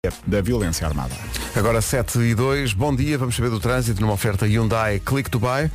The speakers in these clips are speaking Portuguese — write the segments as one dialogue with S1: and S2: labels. S1: política da violência armada.
S2: Agora 7 e 2, bom dia, vamos saber do trânsito numa oferta Hyundai Click to Buy.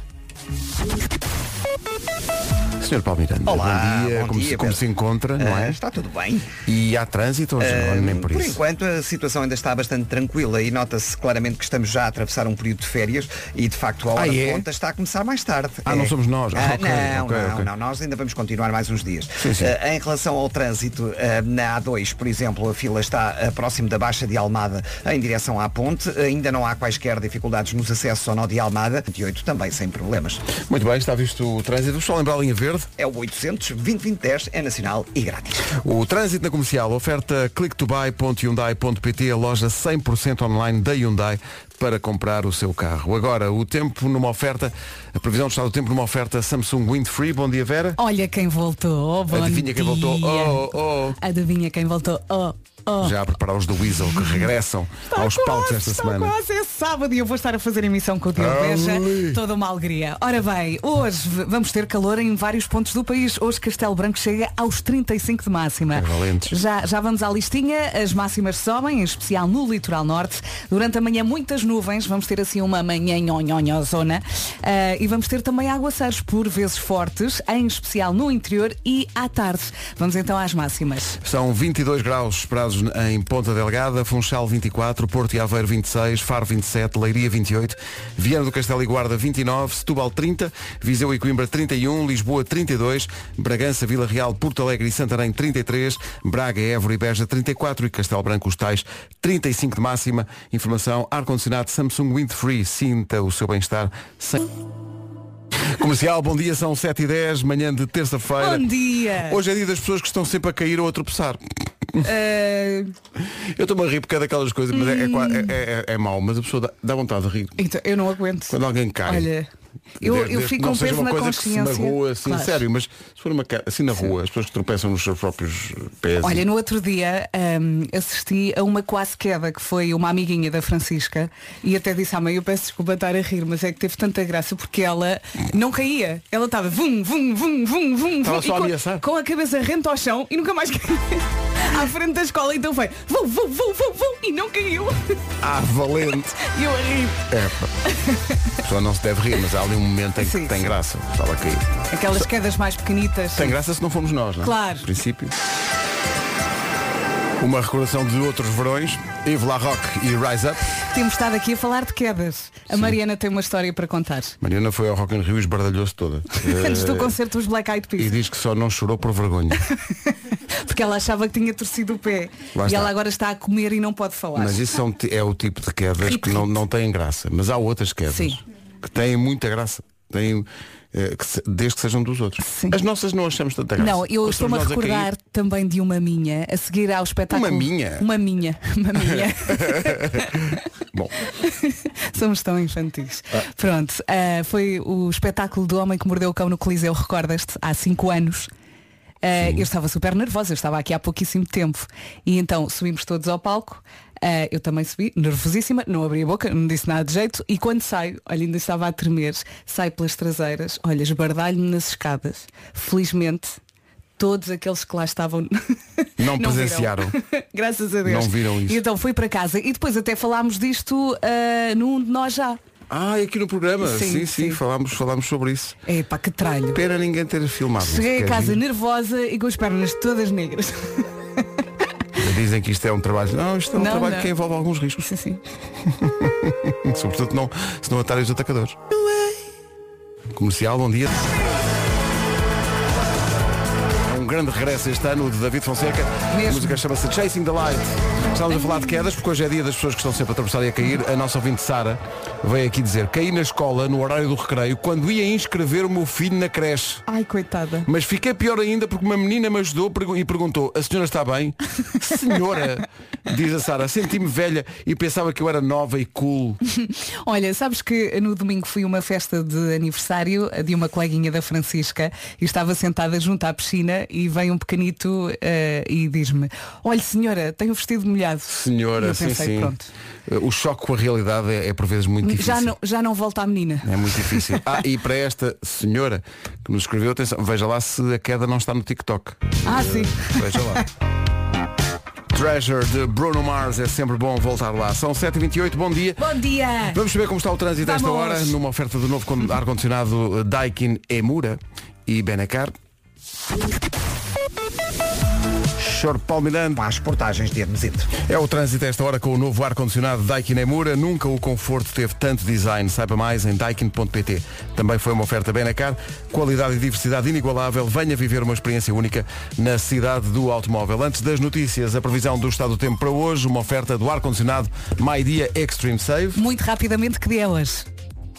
S2: Senhor Paulo Miranda,
S3: Olá,
S2: bom dia,
S3: bom
S2: como,
S3: dia,
S2: se, como
S3: Pedro.
S2: se encontra, não
S3: Ah,
S2: é?
S3: Está tudo bem.
S2: E há trânsito hoje,
S3: Ah,
S2: não, É, nem por, isso.
S3: enquanto a situação ainda está bastante tranquila e nota-se claramente que estamos já a atravessar um período de férias e de facto a hora
S2: Ah,
S3: de
S2: é?
S3: ponta está a começar mais tarde.
S2: Ah, não somos nós. Ah,
S3: Ah,
S2: ok,
S3: não,
S2: ok,
S3: não,
S2: ok.
S3: não, nós ainda vamos continuar mais uns dias.
S2: Sim, sim.
S3: Ah, em relação ao trânsito, ah, na A2, por exemplo, a fila está ah, próximo da Baixa de Almada em direção à ponte. Ainda não há quaisquer dificuldades nos acessos ao nó de Almada. 28 também sem problemas.
S2: Muito bem, está visto o trânsito. Só lembrar a linha verde.
S3: É o 800 2010 é nacional e grátis.
S2: O trânsito na comercial, oferta clicktobuy.hyundai.pt, a loja 100% online da Hyundai para comprar o seu carro. Agora, o tempo numa oferta, a previsão do estado do tempo numa oferta Samsung Wind Free. Bom dia, Vera.
S4: Olha quem voltou. oh, Bom
S2: Adivinha quem
S4: dia.
S2: voltou? Oh, oh.
S4: Adivinha quem voltou? Oh, oh.
S2: Já a preparar os do Weasel que regressam
S4: Está
S2: aos
S4: Tá quase,
S2: palcos esta
S4: está
S2: semana.
S4: Quase é sábado e eu vou estar a fazer emissão com o Diogo
S2: Ai.
S4: Beja. Toda uma alegria. Ora bem, hoje v- vamos ter calor em vários pontos do país. Hoje Castelo Branco chega aos 35 de
S2: É
S4: máxima.
S2: Valentes.
S4: Já, já vamos à listinha. As máximas sobem, em especial no litoral norte. Durante a manhã muitas nuvens. Vamos ter assim uma manhã nhonhonho zona. Ah, e vamos ter também aguaceiros por vezes fortes, em especial no interior e à tarde. Vamos então às máximas.
S2: São 22 graus esperados em Ponta Delgada, Funchal 24, Porto e Aveiro 26, Faro 27, Leiria 28, Viana do Castelo e Guarda 29, Setúbal 30, Viseu e Coimbra 31, Lisboa 32, Bragança, Vila Real, Porto Alegre e Santarém 33, Braga, Évora e Beja 34 e Castelo Branco os Tais 35 de máxima. Informação ar-condicionado Samsung Wind Free. Sinta o seu bem-estar sem... Comercial, bom dia, são 7h10, manhã de terça-feira.
S4: Bom dia!
S2: Hoje é dia das pessoas que estão sempre a cair ou a tropeçar.
S4: Ah,
S2: Eu estou-me a rir porque é daquelas coisas, mas é, é, qua- é- é- é mau, mas a pessoa dá, dá vontade de rir.
S4: Então, eu não aguento.
S2: Quando alguém cai.
S4: Olha,
S2: Desde-
S4: eu, eu
S2: desde que
S4: fico
S2: não
S4: com um
S2: seja
S4: peso
S2: uma
S4: na
S2: coisa
S4: consciência.
S2: Que se magoa, assim,
S4: Claro.
S2: sério, mas se for uma ca- assim na rua, as pessoas que tropeçam nos seus próprios pés.
S4: Olha, no outro dia hum, assisti a uma quase queda que foi uma amiguinha da Francisca e até disse à mãe, eu peço desculpa estar a rir, mas é que teve tanta graça porque ela não caía. Ela estava vum, vum, vum, vum, vum,
S2: Estava
S4: vum, e
S2: só a
S4: com-
S2: ameaçar.
S4: com, a cabeça rente ao chão e nunca mais caía. à frente da escola, então foi vum, vum, vum, vum, vum e não caiu.
S2: Ah, valente! É,
S4: E eu a rir.
S2: A pessoa não se deve rir, mas há ali um momento em que
S4: Sim,
S2: tem
S4: sim.
S2: graça. Estava a cair.
S4: Aquelas quedas mais pequenitas.
S2: Tem graça se não formos nós, não é?
S4: Claro.
S2: No princípio. Uma recordação de outros verões, Yves La Roque e Rise Up.
S4: Temos estado aqui a falar de quedas. A Mariana tem uma história para contar.
S2: Mariana foi ao Rock in Rio e esbardalhou-se toda.
S4: Antes do
S2: Eh,
S4: concerto dos Black Eyed
S2: E
S4: Peas.
S2: diz que só não chorou por vergonha.
S4: Porque ela achava que tinha torcido o pé.
S2: Lá
S4: e
S2: está.
S4: ela agora está a comer e não pode falar.
S2: Mas isso são ti- é o tipo de quedas
S4: Rip,
S2: que não,
S4: rip.
S2: não têm graça. Mas há outras quedas
S4: Sim.
S2: que têm muita graça. Têm, eh, que se- desde que sejam dos outros.
S4: Sim.
S2: As nossas não achamos tanta graça.
S4: Não, eu
S2: Quando
S4: estou-me a
S2: somos nós é cair,
S4: recordar também de uma minha, a seguir ao espetáculo.
S2: Uma minha?
S4: Uma minha, uma minha.
S2: Bom,
S4: Somos tão infantis. Pronto, ah, foi o espetáculo do Homem que Mordeu o Cão no Coliseu, recordas-te, há cinco anos. Ah, eu estava super nervosa, eu estava aqui há pouquíssimo tempo. E então subimos todos ao palco. ah, eu também subi, nervosíssima, não abri a boca, não disse nada de jeito. E quando saio, olha, ainda estava a tremer, saio pelas traseiras, olha, esbardalho-me nas escadas. Felizmente, todos aqueles que lá estavam
S2: não,
S4: viram.
S2: presenciaram.
S4: Graças a Deus.
S2: Não viram isso.
S4: E então fui para casa e depois até falámos disto ah, num de nós já.
S2: Ah, e aqui no programa. Sim,
S4: Sim,
S2: sim,
S4: sim.
S2: falámos, falámos sobre isso.
S4: Epá, que tralho.
S2: Pena ninguém ter filmado.
S4: Cheguei a
S2: Quer
S4: casa
S2: dizer,
S4: nervosa e com as pernas todas negras.
S2: Dizem que isto é um trabalho. Não, isto é um
S4: Não,
S2: trabalho
S4: não.
S2: que envolve alguns riscos.
S4: Sim, sim.
S2: Sobretudo não, se não atarem os atacadores. Comercial, bom dia. É um grande regresso este ano o de David Fonseca. A
S4: Mesmo.
S2: música chama-se Chasing the Light. Estamos a falar de quedas porque hoje é dia das pessoas que estão sempre a atravessar e a cair. A nossa ouvinte Sara veio aqui dizer caí na escola no horário do recreio quando ia inscrever o meu filho na creche.
S4: Ai, coitada.
S2: Mas fiquei pior ainda porque uma menina me ajudou pergu- e perguntou A senhora está bem? senhora, diz a Sara, senti-me velha e pensava que eu era nova e cool.
S4: Olha, sabes que no domingo fui a uma festa de aniversário de uma coleguinha da Francisca e estava sentada junto à piscina e vem um pequenito eh, e diz-me, olha senhora, tenho o vestido molhado.
S2: Senhora,
S4: E eu
S2: sim,
S4: pensei,
S2: sim.
S4: pronto.
S2: O choque com a realidade é, é por vezes muito difícil.
S4: Já não, já não volta à menina.
S2: É muito difícil. Ah, e para esta senhora que nos escreveu, atenção, veja lá se a queda não está no TikTok.
S4: Ah, sim.
S2: Veja lá. Treasure de Bruno Mars, é sempre bom voltar lá. São 7h28, bom dia.
S4: Bom dia!
S2: Vamos saber como está o trânsito a esta
S4: Vamos.
S2: hora, numa oferta do novo con- ar-condicionado eh, Daikin Emura e Benacar. Chor Palmirante.
S3: Com as portagens de Hermesito.
S2: É o trânsito a esta hora com o novo ar-condicionado Daikin Emura. Nunca o conforto teve tanto design. Saiba mais em daikin.pt. Também foi uma oferta Benacar. Qualidade e diversidade inigualável. Venha viver uma experiência única na cidade do automóvel. Antes das notícias, a previsão do estado do tempo para hoje, uma oferta do ar-condicionado My Dia Extreme Save.
S4: Muito rapidamente, que dia é hoje?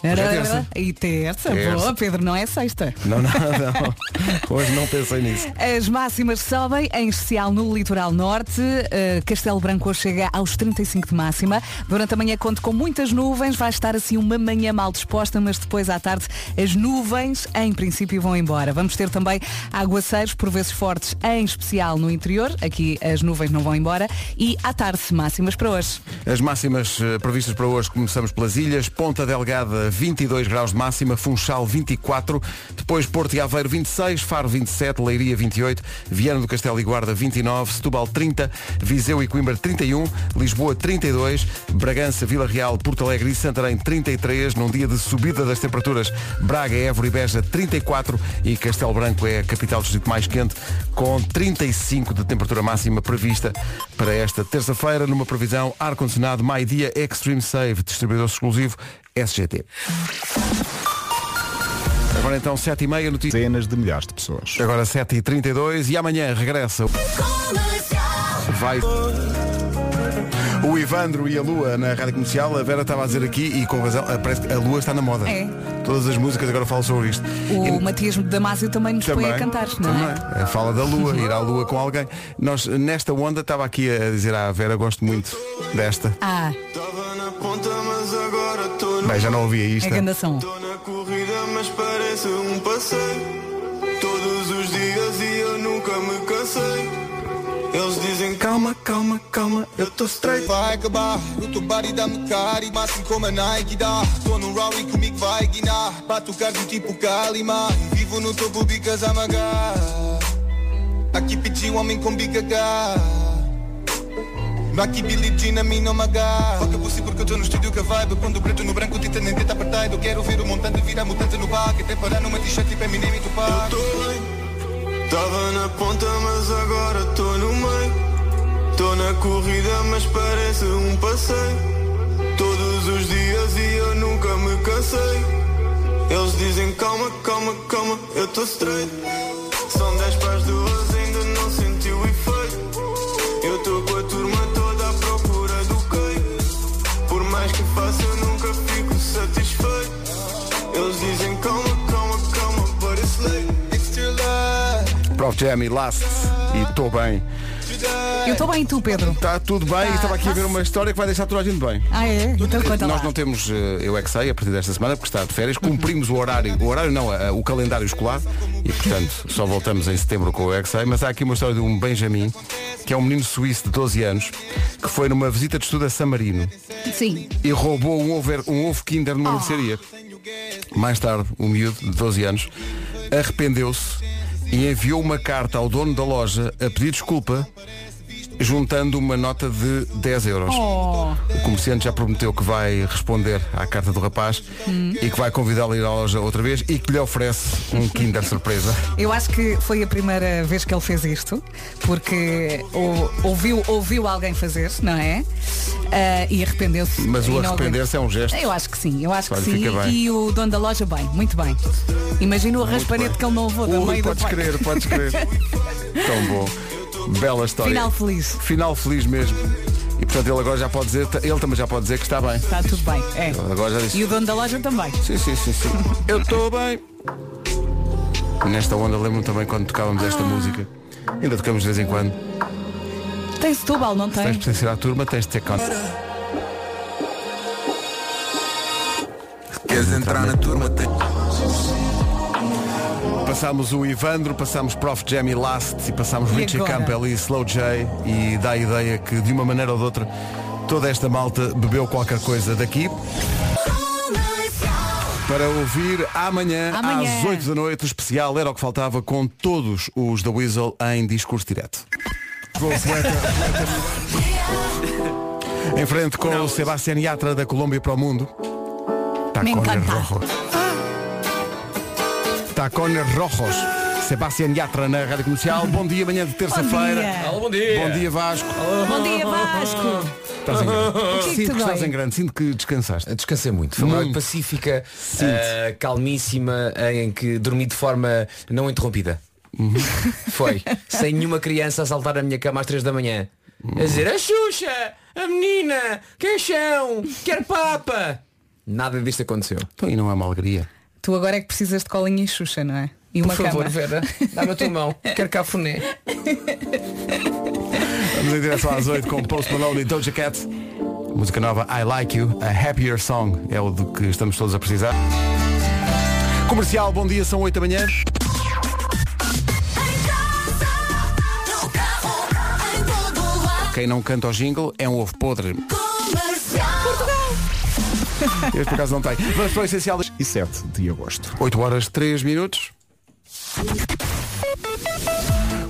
S2: terça.
S4: E terça,
S2: Terça.
S4: boa, Pedro, não é sexta.
S2: Não, não, não. Hoje não pensei nisso.
S4: As máximas sobem, em especial no litoral norte. Uh, Castelo Branco hoje chega aos 35 de máxima. Durante a manhã conto com muitas nuvens. Vai estar assim uma manhã mal disposta, mas depois à tarde as nuvens, em princípio, vão embora. Vamos ter também aguaceiros, por vezes fortes, em especial no interior. Aqui as nuvens não vão embora. E à tarde, máximas para hoje.
S2: As máximas eh, previstas para hoje começamos pelas ilhas. Ponta Delgada, 22 graus de máxima. Funchal, 24. Depois Porto e Aveiro, 26. Faro, 27. Leiria, 28. Viana do Castelo e Guarda, 29. Setúbal, 30. Viseu e Coimbra, 31. Lisboa, 32. Bragança, Vila Real, Porto Alegre e Santarém, 33. Num dia de subida das temperaturas, Braga, é Évora e Beja, 34. E Castelo Branco é a capital do distrito mais quente, com 35 de temperatura máxima prevista para esta terça-feira, numa previsão ar-condicionado My Dia Extreme Save, distribuidor exclusivo SGT. Agora então 7h30 notícias.
S1: Dezenas de milhares de pessoas.
S2: Agora 7h32 e amanhã regressa. o- Vai. O Ivandro e a Lua na rádio comercial, a Vera estava a dizer aqui, e com razão, ah, parece que a Lua está na moda.
S4: É.
S2: Todas as músicas agora falam sobre isto. E-
S4: O Matias Damasio também nos põe a cantar, não é?
S2: também. A Fala da lua, ir à lua com alguém. Nós, nesta onda, estava aqui a dizer à Vera, gosto muito desta.
S4: Ah,
S5: Tava na ponta, mas agora tô no...
S2: Bem, já não ouvia
S4: é
S2: isto.
S4: gandação.
S5: Tô na corrida, mas parece um passeio Todos os dias e eu nunca me cansei Eles dizem calma, calma, calma, eu tô straight
S6: Vai acabar, o teu body dá-me cari Máximo como a Nike dá Tô no rally comigo vai guinar Bato o cardio tipo Kalima Vivo no topo bicas a magar Aqui pedi um homem com bica cá Aqui Billie Jean a mim não magar Foca por si porque eu tô no estúdio que a vibe Quando o preto no branco tita nem tenta apartheid Eu quero ver o montante virar mutante no back Até parar numa t-shirt tipo Eminem e Tupac
S5: Tô bem, tava na ponta, mas agora tô no meio Tô na corrida, mas parece um passeio Todos os dias e eu nunca me cansei Eles dizem calma, calma, calma, eu tô straight São dez para as duas, ainda não senti o efeito Eu tô com a turma toda à procura do queio Por mais que faça eu nunca fico satisfeito Eles dizem calma, calma, calma, but it's late
S6: It's too late
S2: Prof. Jam e Last e estou bem.
S4: Eu estou bem, e tu, Pedro?
S2: Está tudo bem,
S4: Tá,
S2: estava aqui a ver
S4: tá-se.
S2: uma história que vai deixar toda a gente bem.
S4: Ah, é? Então conta
S2: Nós
S4: lá.
S2: não temos, eh, eu é que sei, a partir desta semana, porque está de férias, cumprimos o horário, o horário não, a- a- o calendário escolar, e portanto só voltamos em setembro com o eu é que sei, mas há aqui uma história de um Benjamin, que é um menino suíço de 12 anos, que foi numa visita de estudo a San Marino
S4: Sim.
S2: e roubou um ovo, um ovo Kinder
S4: Ah.
S2: numa mercearia. Mais tarde, um miúdo de 12 anos arrependeu-se e enviou uma carta ao dono da loja a pedir desculpa, juntando uma nota de 10 euros.
S4: Oh.
S2: O comerciante já prometeu que vai responder à carta do rapaz
S4: Hum.
S2: e que vai convidá-lo a ir à loja outra vez e que lhe oferece um Kinder surpresa.
S4: Eu acho que foi a primeira vez que ele fez isto, porque ou- ouviu, ouviu alguém fazer, não é? Ah, e arrependeu-se.
S2: Mas
S4: E
S2: o
S4: não
S2: arrepender-se é um gesto.
S4: aguentou. Eu acho que sim, eu acho
S2: Olha,
S4: que sim.
S2: fica bem.
S4: E o dono da loja, bem, muito bem. Imagina o rasparete que ele não levou da
S2: Ui,
S4: meio
S2: podes
S4: do pai.
S2: crer, podes crer. Tão bom. Bela história.
S4: Final feliz.
S2: Final feliz mesmo. E portanto ele agora já pode dizer, ele também já pode dizer que está bem.
S4: Está tudo bem. É.
S2: Agora já disse.
S4: E o dono da loja também.
S2: Sim, sim, sim, sim. Eu estou bem. Nesta onda lembro-me também quando tocávamos esta música. Ainda tocamos de vez em quando.
S4: Tem Setúbal, não
S2: Tens de
S4: tem?
S2: pertencer à turma, tens de ter conta.
S7: Queres entrar na turma? Tem...
S2: Passámos o Ivandro, passámos Prof. Jamie Last e passámos
S4: E
S2: Richie
S4: agora?
S2: Campbell e Slow J e dá a ideia que de uma maneira ou de outra toda esta malta bebeu qualquer coisa daqui. Para ouvir amanhã,
S4: Amanhã.
S2: às 8 da noite, o especial Era o que Faltava com todos os da Weasel em discurso direto. com o poeta. em frente com o Sebastián Yatra da Colômbia para o Mundo. Tá
S4: Me encanta.
S2: Rojos. Tacones Rojos. Sebastián Yatra na Rádio Comercial. Bom dia, manhã de terça-feira.
S4: dia.
S1: Alô, bom dia.
S2: Bom dia, Vasco.
S4: Bom dia, Vasco.
S2: Estás em grande.
S4: O que é que
S2: Sinto
S4: te
S2: que estás
S4: dói?
S2: em grande. Sinto que descansaste.
S1: Descansei muito. Foi uma noite
S2: Muito.
S1: pacífica, ah, calmíssima, eh, em que dormi de forma não interrompida. Uhum. Foi. Sem nenhuma criança a saltar na minha cama às três da manhã. A dizer, a Xuxa, a menina, quem são, quer papa. Nada disto aconteceu.
S2: Então, e não é uma alegria.
S4: Tu agora é que precisas de colinha e xuxa, não é? E uma
S1: Por favor,
S4: cama.
S1: Vera, dá-me a tua mão. Quero cafuné.
S2: Vamos em direção às 8 com Post Malone e Doja Cat. Música nova I Like You, a Happier Song. É o do que estamos todos a precisar. Comercial, bom dia, são 8 da manhã. Quem não canta o jingle é um ovo podre. Este por acaso não tem. Vamos para o essencial. das-
S7: E 7 de agosto.
S2: 8 horas 3 minutos.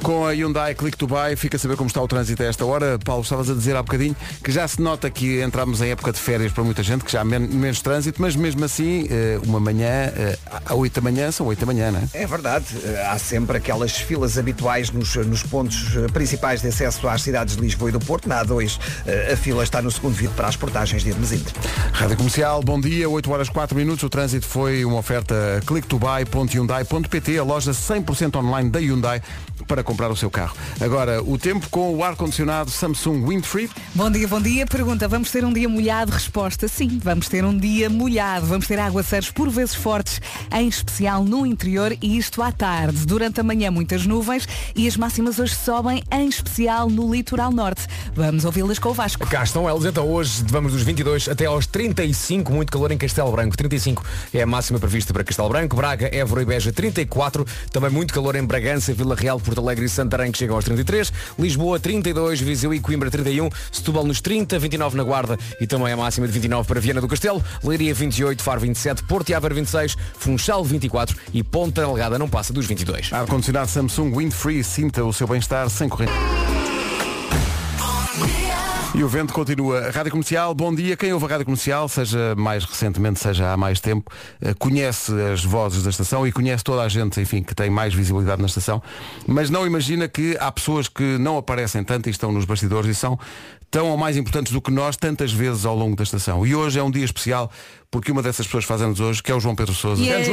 S2: Com a Hyundai Click to Buy, fica a saber como está o trânsito a esta hora. Paulo, estavas a dizer há bocadinho que já se nota que entramos em época de férias para muita gente, que já há men- menos trânsito, mas mesmo assim, eh, uma manhã, eh, à 8 da manhã, são 8 da manhã, não é?
S3: É verdade, eh, há sempre aquelas filas habituais nos, nos pontos eh, principais de acesso às cidades de Lisboa e do Porto. Na A2, eh, a fila está no segundo vídeo para as portagens de Hermesinde.
S2: Rádio Comercial, bom dia, 8 horas 4 minutos. O trânsito foi uma oferta clicktobuy.hyundai.pt, a loja 100% online da Hyundai para comprar o seu carro. Agora, o tempo com o ar-condicionado Samsung Windfree.
S4: Bom dia, bom dia. Pergunta, vamos ter um dia molhado? Resposta, sim, vamos ter um dia molhado. Vamos ter aguaceiros por vezes fortes, em especial no interior e isto à tarde. Durante a manhã muitas nuvens e as máximas hoje sobem, em especial no litoral norte. Vamos ouvi-las com o Vasco.
S1: Cá estão elas, então hoje vamos dos 22 até aos 35, muito calor em Castelo Branco. 35 é a máxima prevista para Castelo Branco, Braga, Évora e Beja 34, também muito calor em Bragança, Vila Real, Porto Alegre e Santarém que chegam aos 33, Lisboa 32, Viseu e Coimbra 31, Setúbal nos 30, 29 na Guarda e também a máxima de 29 para Viana do Castelo, Leiria 28, Faro 27, Porto e Aveiro 26, Funchal 24 e Ponta Delgada não passa dos 22.
S2: Ar-condicionado Samsung Windfree, sinta o seu bem-estar sem correr. E o vento continua. Rádio Comercial, bom dia. Quem ouve a Rádio Comercial, seja mais recentemente, seja há mais tempo, eh, conhece as vozes da estação e conhece toda a gente, enfim, que tem mais visibilidade na estação, mas não imagina que há pessoas que não aparecem tanto e estão nos bastidores e são tão ou mais importantes do que nós tantas vezes ao longo da estação. E hoje é um dia especial porque uma dessas pessoas faz-nos hoje, que é o João Pedro Sousa.
S4: Yeah,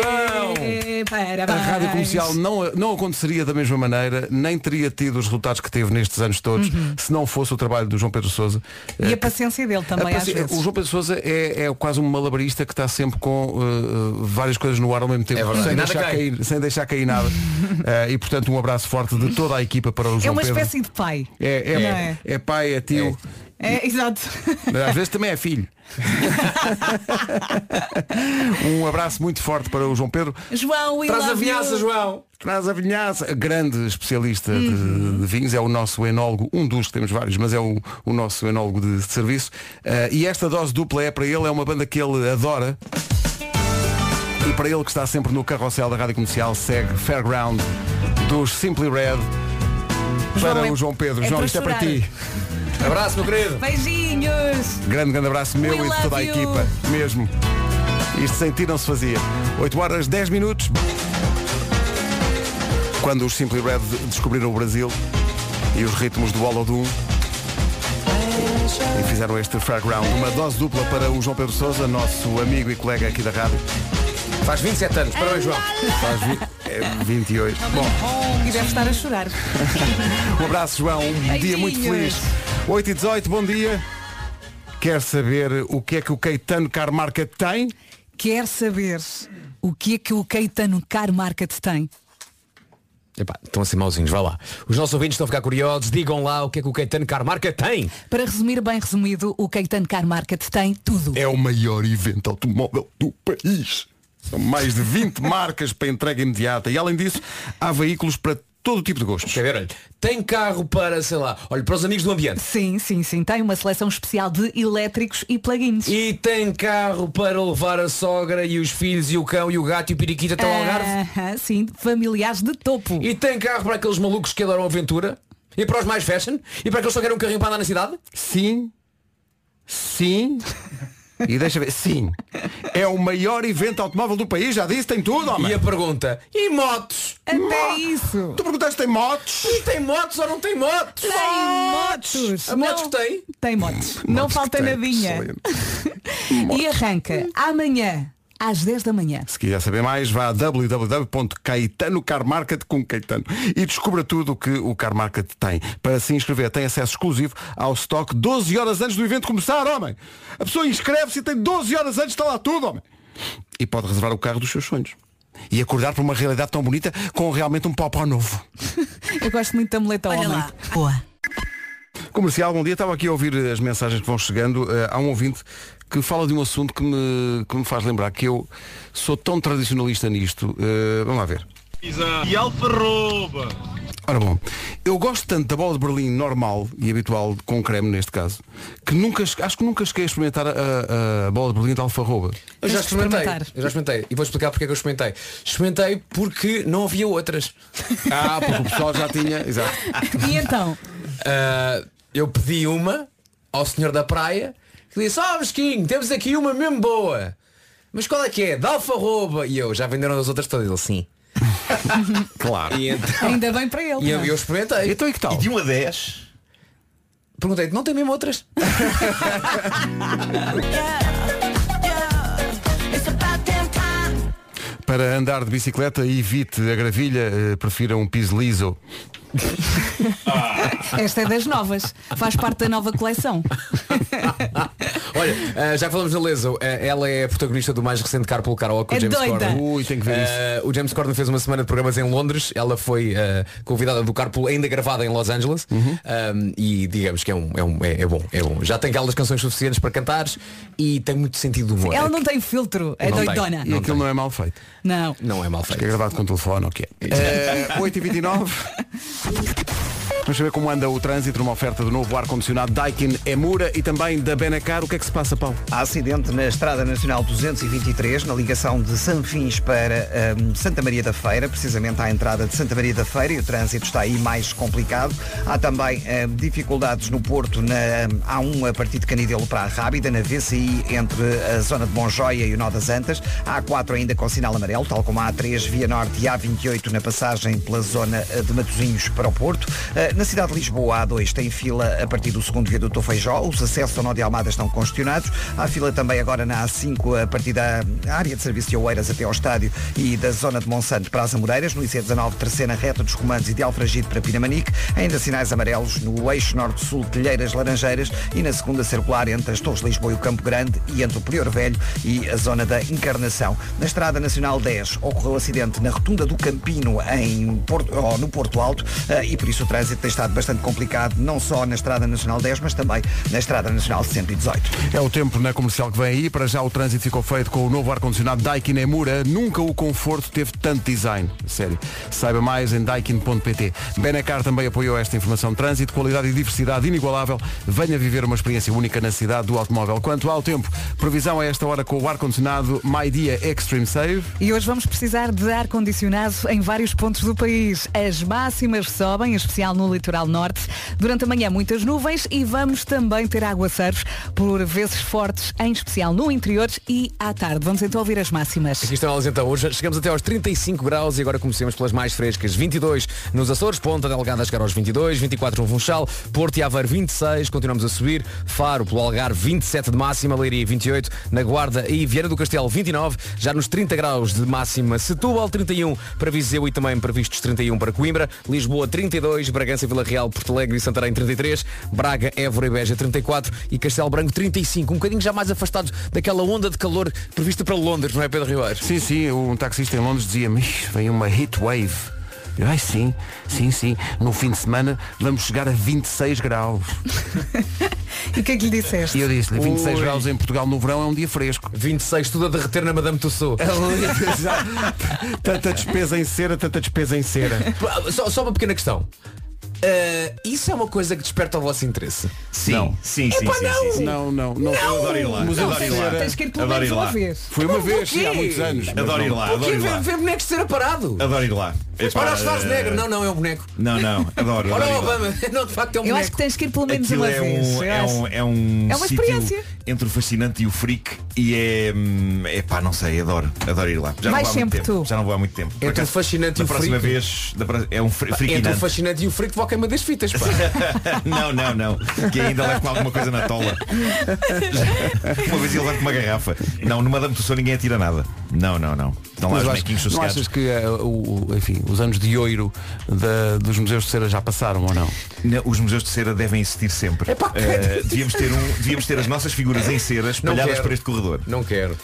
S2: A
S4: Parabéns.
S2: rádio comercial não, não aconteceria da mesma maneira, nem teria tido os resultados que teve nestes anos todos,
S4: Uhum.
S2: se não fosse o trabalho do João Pedro Souza.
S4: E a paciência dele também, às vezes.
S2: o João Pedro Souza é, é quase um malabarista que está sempre com eh, várias coisas no ar ao mesmo tempo,
S1: É verdade.
S2: sem,
S1: Nada
S2: deixar
S1: cai.
S2: cair, sem deixar cair nada. Eh, e portanto, um abraço forte de toda a equipa para o
S4: É
S2: João
S4: uma
S2: Pedro.
S4: espécie de pai.
S2: É, é,
S4: Não é?
S2: é pai, é tio,
S4: É, exato.
S2: às vezes também é filho. um abraço muito forte para o João Pedro.
S4: João, we
S1: Traz a
S4: love you.
S1: vinhaça, João!
S2: Traz a vinhaça, grande especialista
S4: Uhum.
S2: de, de vinhos, é o nosso enólogo, um dos que temos vários, mas é o, o nosso enólogo de, de serviço. Eh, e esta dose dupla é para ele, é uma banda que ele adora. E para ele que está sempre no carrossel da Rádio Comercial, segue Fairground dos Simply Red para
S4: João, é-
S2: o João Pedro.
S4: é
S2: João,
S4: para
S2: isto é para
S4: chorar.
S2: ti.
S1: Abraço, meu querido!
S4: Beijinhos.
S2: Grande, grande abraço meu
S4: We
S2: e de toda a
S4: love you.
S2: equipa. Mesmo. Isto sem ti não se fazia. 8 horas, 10 minutos. Quando os Simply Red de- descobriram o Brasil e os ritmos do Olodum e fizeram este Fairground, uma dose dupla para o João Pedro Sousa, nosso amigo e colega aqui da rádio.
S1: Faz 27 anos, parabéns, João!
S2: Faz vi- é, 28. Bom,
S4: E deve estar a chorar.
S2: um abraço, João. Um dia muito feliz.
S4: Beijinhos.
S2: 8 e 18, bom dia. Quer saber o que é que o Caetano Carmarca tem?
S4: Quer saber o que é que o Caetano Carmarca te tem?
S1: Epá, estão a ser mauzinhos, vá lá. Os nossos ouvintes estão a ficar curiosos, digam lá o que é que o Caetano Carmarca tem.
S4: Para resumir bem resumido, o Caetano Carmarca te tem tudo.
S2: é o maior evento automóvel do país. São mais de 20 marcas para entrega imediata e além disso há veículos para todo tipo de gostos.
S1: Quer ver, olha, tem carro para, sei lá, olha, para os amigos do ambiente.
S4: Sim, sim, sim. Tem uma seleção especial de elétricos e plugins.
S1: E tem carro para levar a sogra e os filhos e o cão e o gato e o periquito
S4: Ah.
S1: até o Algarve.
S4: Aham, sim, familiares de topo.
S1: E tem carro para aqueles malucos que adoram aventura. E para os mais fashion? E para aqueles que só querem um carrinho para andar na cidade?
S2: Sim. Sim. E deixa ver. Sim. É o maior evento automóvel do país, já disse, tem tudo,
S1: E
S2: homem.
S1: a pergunta, e motos?
S4: Até isso.
S2: Tu perguntaste se tem motos?
S1: E tem motos ou não tem motos?
S4: Tem motos.
S1: A motos
S4: Não-
S1: tem?
S4: Tem motos. Não
S2: Motos
S4: falta
S2: que tem,
S4: nadinha.
S2: excelente.
S4: E arranca amanhã, às 10 da manhã.
S2: Se quiser saber mais, vá a www.caetanocarmarket com Caetano e descubra tudo o que o Car Market tem. Para se inscrever, tem acesso exclusivo ao stock 12 horas antes do evento começar, homem. A pessoa inscreve-se e tem 12 horas antes, está lá tudo, homem. E pode reservar o carro dos seus sonhos. E acordar para uma realidade tão bonita com realmente um popó novo.
S4: Eu gosto muito da muleta
S7: Olha
S4: homem.
S7: lá. Boa.
S2: Comercial, bom dia. Estava aqui a ouvir as mensagens que vão chegando. Eh, há um ouvinte que fala de um assunto que me, que me faz lembrar que eu sou tão tradicionalista nisto. Eh, vamos lá ver.
S8: E alfarroba.
S2: Ora bom, eu gosto tanto da bola de Berlim normal e habitual, com creme neste caso, que nunca, che- acho que nunca cheguei a experimentar a, a- a bola de Berlim de alfarroba.
S1: Eu
S4: Tens
S1: já
S4: que
S1: experimentei.
S4: experimentar.
S1: Eu já experimentei. E vou explicar porque é que eu experimentei. Experimentei porque não havia outras.
S2: Ah, porque o pessoal já tinha, exato.
S4: E então,
S1: Ah, eu pedi uma ao senhor da praia que disse, ó Vesquinho, temos aqui uma mesmo boa. Mas qual é que é? De alfarroba. E eu, já venderam as outras todas? Ele, sim.
S2: Claro.
S1: E então-
S4: ainda bem para ele.
S1: e eu,
S4: não é?
S1: eu experimentei.
S2: Então e que tal?
S8: De 1 a 10.
S1: Perguntei, não tem mesmo outras?
S2: Para andar de bicicleta, evite a gravilha, eh, prefira um piso liso.
S4: Esta é das novas. Faz parte da nova coleção.
S1: Olha, ah, já que falamos na Lesa, ah, ela é a protagonista do mais recente Carpool Karaoke com
S4: É
S1: o James
S4: doida.
S1: Corden.
S2: Ui, tenho que ver isso.
S1: Ah, o James Corden fez uma semana de programas em Londres. Ela foi ah, convidada do Carpool, ainda gravada em Los Angeles. Ah, e digamos que é, um, é, um- é- é bom, é bom. Já tem aquelas canções suficientes para cantares e tem muito sentido do humor.
S4: Ela não tem filtro. É
S1: Não tem.
S4: doidona.
S2: E aquilo não é mal feito.
S4: Não.
S1: Não é mal
S2: Acho que é
S1: feito.
S2: gravado com telefone, ok. Eh, 8h29. Vamos saber como anda o trânsito numa oferta do novo ar-condicionado Daikin Emura e também da Benacar. O que é que se passa, Paulo?
S3: Há acidente na Estrada Nacional 223, na ligação de Sanfins para hum, Santa Maria da Feira, precisamente à entrada de Santa Maria da Feira, e o trânsito está aí mais complicado. Há também hum, dificuldades no Porto, na hum, A1 a partir de Canidelo para a Rábida, na VCI entre a zona de Monjoia e o Nó das Antas, a A4 ainda com sinal amarelo, tal como a A3 via Norte e a A28 na passagem pela zona eh, de Matosinhos para o Porto. Eh, Na cidade de Lisboa, a A2 tem fila a partir do segundo viaduto ao Feijó. Os acessos ao Nó de Almada estão congestionados. Há fila também agora na A5 a partir da área de serviço de Oeiras até ao estádio e da zona de Monsanto para as Amoreiras. No IC19, terceira reta dos comandos e de Alfragide para Pinamanique. Ainda sinais amarelos no eixo norte-sul, Telheiras, Laranjeiras e na segunda circular entre as Torres de Lisboa e o Campo Grande e entre o Prior Velho e a zona da Encarnação. Na Estrada Nacional 10 ocorreu acidente na rotunda do Campino em Porto- oh, no Porto Alto eh, e por isso o trânsito tem estado bastante complicado não só na Estrada Nacional 10 mas também na Estrada Nacional 118.
S2: É o tempo na comercial que vem aí. Para já o trânsito ficou feito com o novo ar-condicionado Daikin Emura. Nunca o conforto teve tanto design. Sério. Saiba mais em daikin.pt. Benacar também apoiou esta informação de trânsito. Qualidade e diversidade inigualável. Venha viver uma experiência única na cidade do automóvel. Quanto ao tempo, previsão a esta hora com o ar-condicionado My Dia Extreme Save.
S4: E hoje vamos precisar de ar-condicionado em vários pontos do país. As máximas sobem, em especial no litoral norte. Durante a manhã, muitas nuvens e vamos também ter aguaceiros, por vezes fortes, em especial no interior e à tarde. Vamos então ouvir as máximas.
S1: Aqui estão elas então. Hoje chegamos até aos 35 graus e agora comecemos pelas mais frescas. 22 nos Açores, Ponta Delgada a chegar aos 22, 24 no Funchal, Porto e Aveiro 26, continuamos a subir, Faro pelo Algarve 27 de máxima, Leiria 28, na Guarda e Vieira do Castelo 29, já nos 30 graus de máxima, Setúbal 31 para Viseu e também previstos 31 para Coimbra, Lisboa 32, Bragança, Vila Real, Porto Alegre e Santarém 33, Braga, Évora e Beja 34 e Castelo Branco 35, um bocadinho já mais afastados daquela onda de calor prevista para Londres, não é Pedro Ribeiro?
S2: Sim, sim, um taxista em Londres dizia-me, "Ixi, vem uma heat wave. Eu, ai sim, sim, sim, no fim de semana vamos chegar a 26 graus.
S4: E o que é que lhe disseste?
S2: E eu disse-lhe, 26
S1: Ui.
S2: graus em Portugal no verão é um dia fresco.
S1: 26, tudo a derreter na Madame Tussauds.
S7: É
S2: tanta despesa em cera, tanta despesa em cera.
S1: Só, só uma pequena questão. Ah, isso é uma coisa que desperta o vosso interesse.
S7: Sim,
S2: Não.
S7: sim, sim, sim, sim, sim.
S2: Não, não, não.
S7: Eu adoro ir lá.
S2: Mas
S7: eu
S2: eu
S7: adoro ir
S2: sei,
S7: lá.
S4: Tens que ir pelo
S7: Adoro
S4: menos
S7: ir
S4: uma
S7: lá.
S4: vez.
S2: Foi uma vez,
S1: quê?
S2: sim, há muitos anos. mas
S7: Adoro ir
S2: não.
S7: lá,
S1: Por
S7: Ah, adoro
S1: que
S7: ir lá.
S1: ver, ver bonecos ser aparado?
S7: Adoro ir lá. Epá,
S1: Olha o Schwarzenegger,
S7: eh,
S1: não, não, é um boneco.
S7: Não, não, adoro.
S1: Olha
S7: adoro
S1: o
S7: ir lá.
S1: Obama, não, de facto é um
S4: Eu acho
S1: boneco.
S4: que tens que ir pelo menos
S7: Aquilo
S4: uma
S7: é
S4: vez.
S7: um,
S4: eu
S7: é
S4: acho.
S7: um, é um
S4: É uma
S7: sítio
S4: experiência.
S7: entre o fascinante e o freak e é hum, é pá, não sei, adoro, adoro ir lá. Já não
S4: Vais
S7: vou há
S4: sempre
S7: muito tempo.
S4: tu.
S7: Já não vou há muito tempo. Por
S1: Entre o
S7: acaso,
S1: fascinante e
S7: da
S1: o
S7: próxima
S1: freak.
S7: vez, da pro- é um fre-
S1: Entre o
S7: freakinante.
S1: fascinante e o freak vou queima das fitas, pá.
S7: não, não, não. Que ainda levo com alguma coisa na tola. uma vez ele levo com uma garrafa. Não, numa dama Tussauds ninguém atira nada. Não, não, não. Estão lá os
S2: Mas eu acho-
S7: bonequinhos
S2: não
S7: sossegados.
S2: achas que eh, o- o- enfim, os anos de ouro da- dos museus de cera já passaram ou não?
S7: Não, os museus de cera devem existir sempre.
S1: Epá, que-
S7: Eh, devíamos, ter um, devíamos ter as nossas figuras em cera espalhadas
S1: quero.
S7: por este corredor.
S1: Não quero.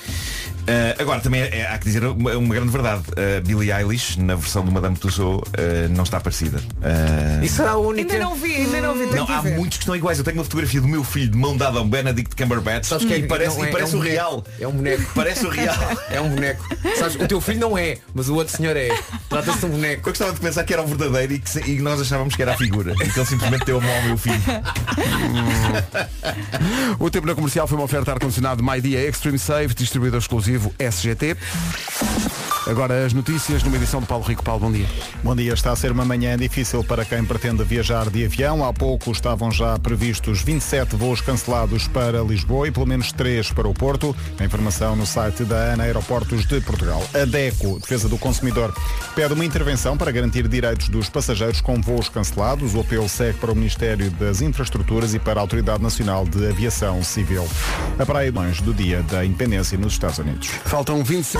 S7: Eh, agora, também é- é- há que dizer uma, uma grande verdade. Eh, Billie Eilish, na versão do Madame Tussauds, eh, não está parecida. Eh,
S1: Isso será a única.
S4: Ainda não vi, ainda não vi. Tenho
S7: não,
S4: que
S7: há
S4: ver.
S7: muitos que estão iguais. Eu tenho uma fotografia do meu filho de mão dada a um Benedict Cumberbatch
S1: Sabes que é
S7: e
S1: que
S7: parece,
S1: não
S7: e
S1: é-
S7: parece
S1: é um
S7: o
S1: boneco.
S7: real.
S1: É um boneco.
S7: Parece o real.
S1: É um boneco. Sabes, o teu filho não é, mas o outro senhor é. Trata-se de um boneco.
S7: Eu gostava de pensar que era o verdadeiro e que, se- e nós achávamos que era a figura. Então simplesmente deu a mão ao meu filho.
S2: O tempo na comercial foi uma oferta ar-condicionado My Dia Extreme Safe, distribuidor exclusivo SGT. Agora as notícias numa edição de Paulo Rico. Paulo, bom dia.
S9: Bom dia, está a ser uma manhã difícil para quem pretende viajar de avião. Há pouco estavam já previstos 27 voos cancelados para Lisboa e pelo menos 3 para o Porto. A informação no site da ANA Aeroportos de Portugal. A DECO, Defesa do Consumidor, pede uma intervenção para garantir direitos dos passageiros com voos cancelados. O apelo segue para o Ministério das Infraestruturas e para a Autoridade Nacional de Aviação Civil. A Praia de Mães do Dia da Independência nos Estados Unidos.
S2: Faltam 25.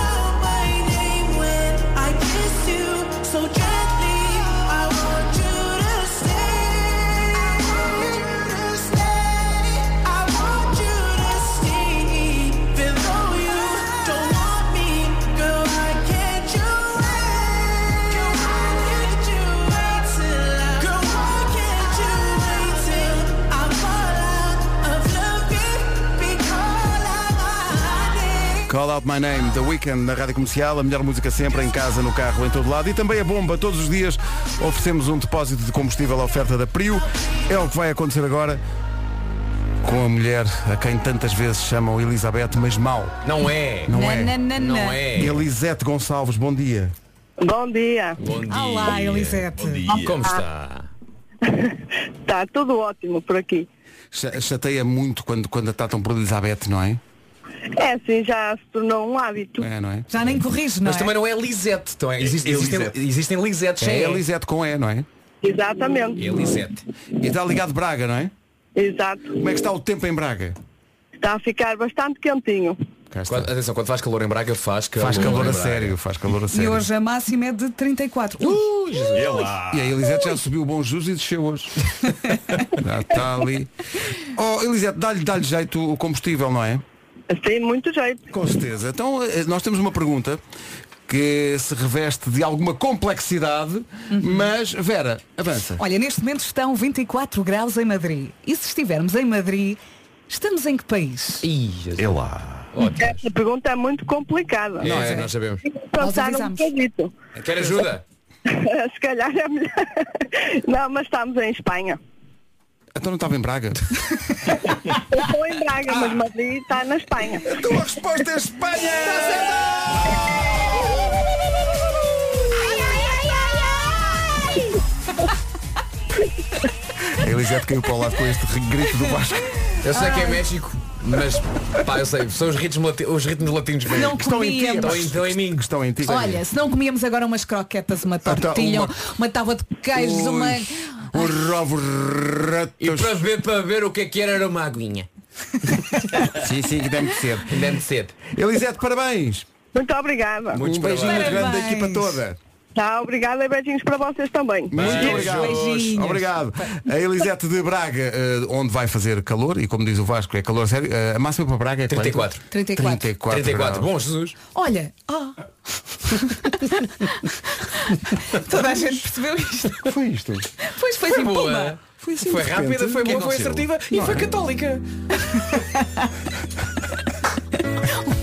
S2: Call Out My Name, The Weekend na Rádio Comercial, a melhor música sempre, em casa, no carro, em todo lado. E também a bomba, todos os dias oferecemos um depósito de combustível à oferta da Prio. É o que vai acontecer agora com a mulher a quem tantas vezes chamam Elizabeth, mas mal.
S1: Não é.
S2: Não
S4: Na,
S2: é.
S4: na, na,
S1: Não
S4: na.
S1: é.
S2: Elisete Gonçalves, bom dia.
S10: Bom dia,
S1: Bom dia.
S4: Olá, Elisete.
S7: Bom dia.
S1: Como está?
S10: está Tá tudo ótimo por aqui.
S2: Cha- Chateia muito quando, quando a tratam por Elizabeth, não é?
S10: É assim, já se tornou um hábito.
S2: É, não é?
S4: Já nem corriges, não
S1: Mas
S4: é?
S1: também não é Lisette. Então é, existe- existem,
S7: Elisete.
S1: existem Lisettes
S2: É
S1: sem E.
S2: Elisete com E, não é?
S10: Exatamente.
S1: É Elisete.
S2: E está ligado Braga, não é?
S10: Exato.
S2: Como é que está o tempo em Braga?
S10: Está a ficar bastante quentinho.
S2: Cá está.
S1: Quando- atenção, quando faz calor em Braga, faz calor.
S2: Faz calor
S1: em
S2: a
S1: Braga.
S2: sério, faz calor a
S4: E
S2: sério.
S4: hoje a máxima é de 34. Ui,
S1: Ui, Jesus.
S7: É lá.
S2: E a Elisete já subiu o bom jus e desceu hoje. já está ali. Oh, Elisete, dá-lhe dá jeito o combustível, não é?
S10: Tem Assim, muito jeito.
S2: Com certeza. Então, eh, nós temos uma pergunta que se reveste de alguma complexidade, mas, Vera, avança.
S4: Olha, neste momento estão 24 graus em Madrid. E se estivermos em Madrid, estamos em que país?
S1: Ih, Jesus.
S7: É lá.
S1: Ótimo.
S10: Essa pergunta é muito complicada.
S1: Não é, nós sabemos.
S10: Tem que Pensar um
S4: avisamos.
S10: bocadito.
S1: Quer ajuda?
S10: Se calhar é melhor. Não, mas estamos em Espanha.
S2: Então não estava em Braga?
S10: Eu estou em Braga,
S7: Ah.
S10: mas Madrid está na Espanha.
S2: então a resposta é Espanha! A Elisete caiu para o lado com este grito do Vasco.
S1: Eu sei que é México, mas pá, eu sei, são os ritmos, lati- os ritmos latinos que
S4: Não
S1: vêm.
S2: Estão em ti,
S1: Estão
S4: comíamos.
S1: em- estão em mim.
S2: Estão em ti.
S4: Olha, se não comíamos agora umas croquetas, uma tortilha, uma, tábua de queijos, uma...
S2: O Robo
S7: Então
S1: E para
S2: Ratos.
S1: ver, para ver o que é que era, era uma aguinha.
S2: Sim, sim, que deve ser.
S1: Ainda é de cedo.
S2: Elisete, parabéns.
S10: Muito obrigada.
S1: Muitos
S2: um beijinho
S1: parabéns.
S2: muito grande da
S4: Parabéns.
S2: equipa toda.
S10: Tá, obrigada e beijinhos para vocês também.
S2: Muito
S1: Beijos,
S2: obrigado.
S4: beijinhos.
S2: Obrigado. A Elisete de Braga, eh, onde vai fazer calor, e como diz o Vasco, é calor sério. eh, a máxima para Braga é quanto?
S1: 34.
S4: 34.
S2: 34.
S1: 34.
S2: graus.
S1: Bom, Jesus.
S4: Olha, ah. toda a gente percebeu isto.
S2: O que foi isto?
S4: Pois foi, assim, pumba.
S1: Foi, rápida, foi
S4: é?
S1: boa, foi assertiva e foi católica.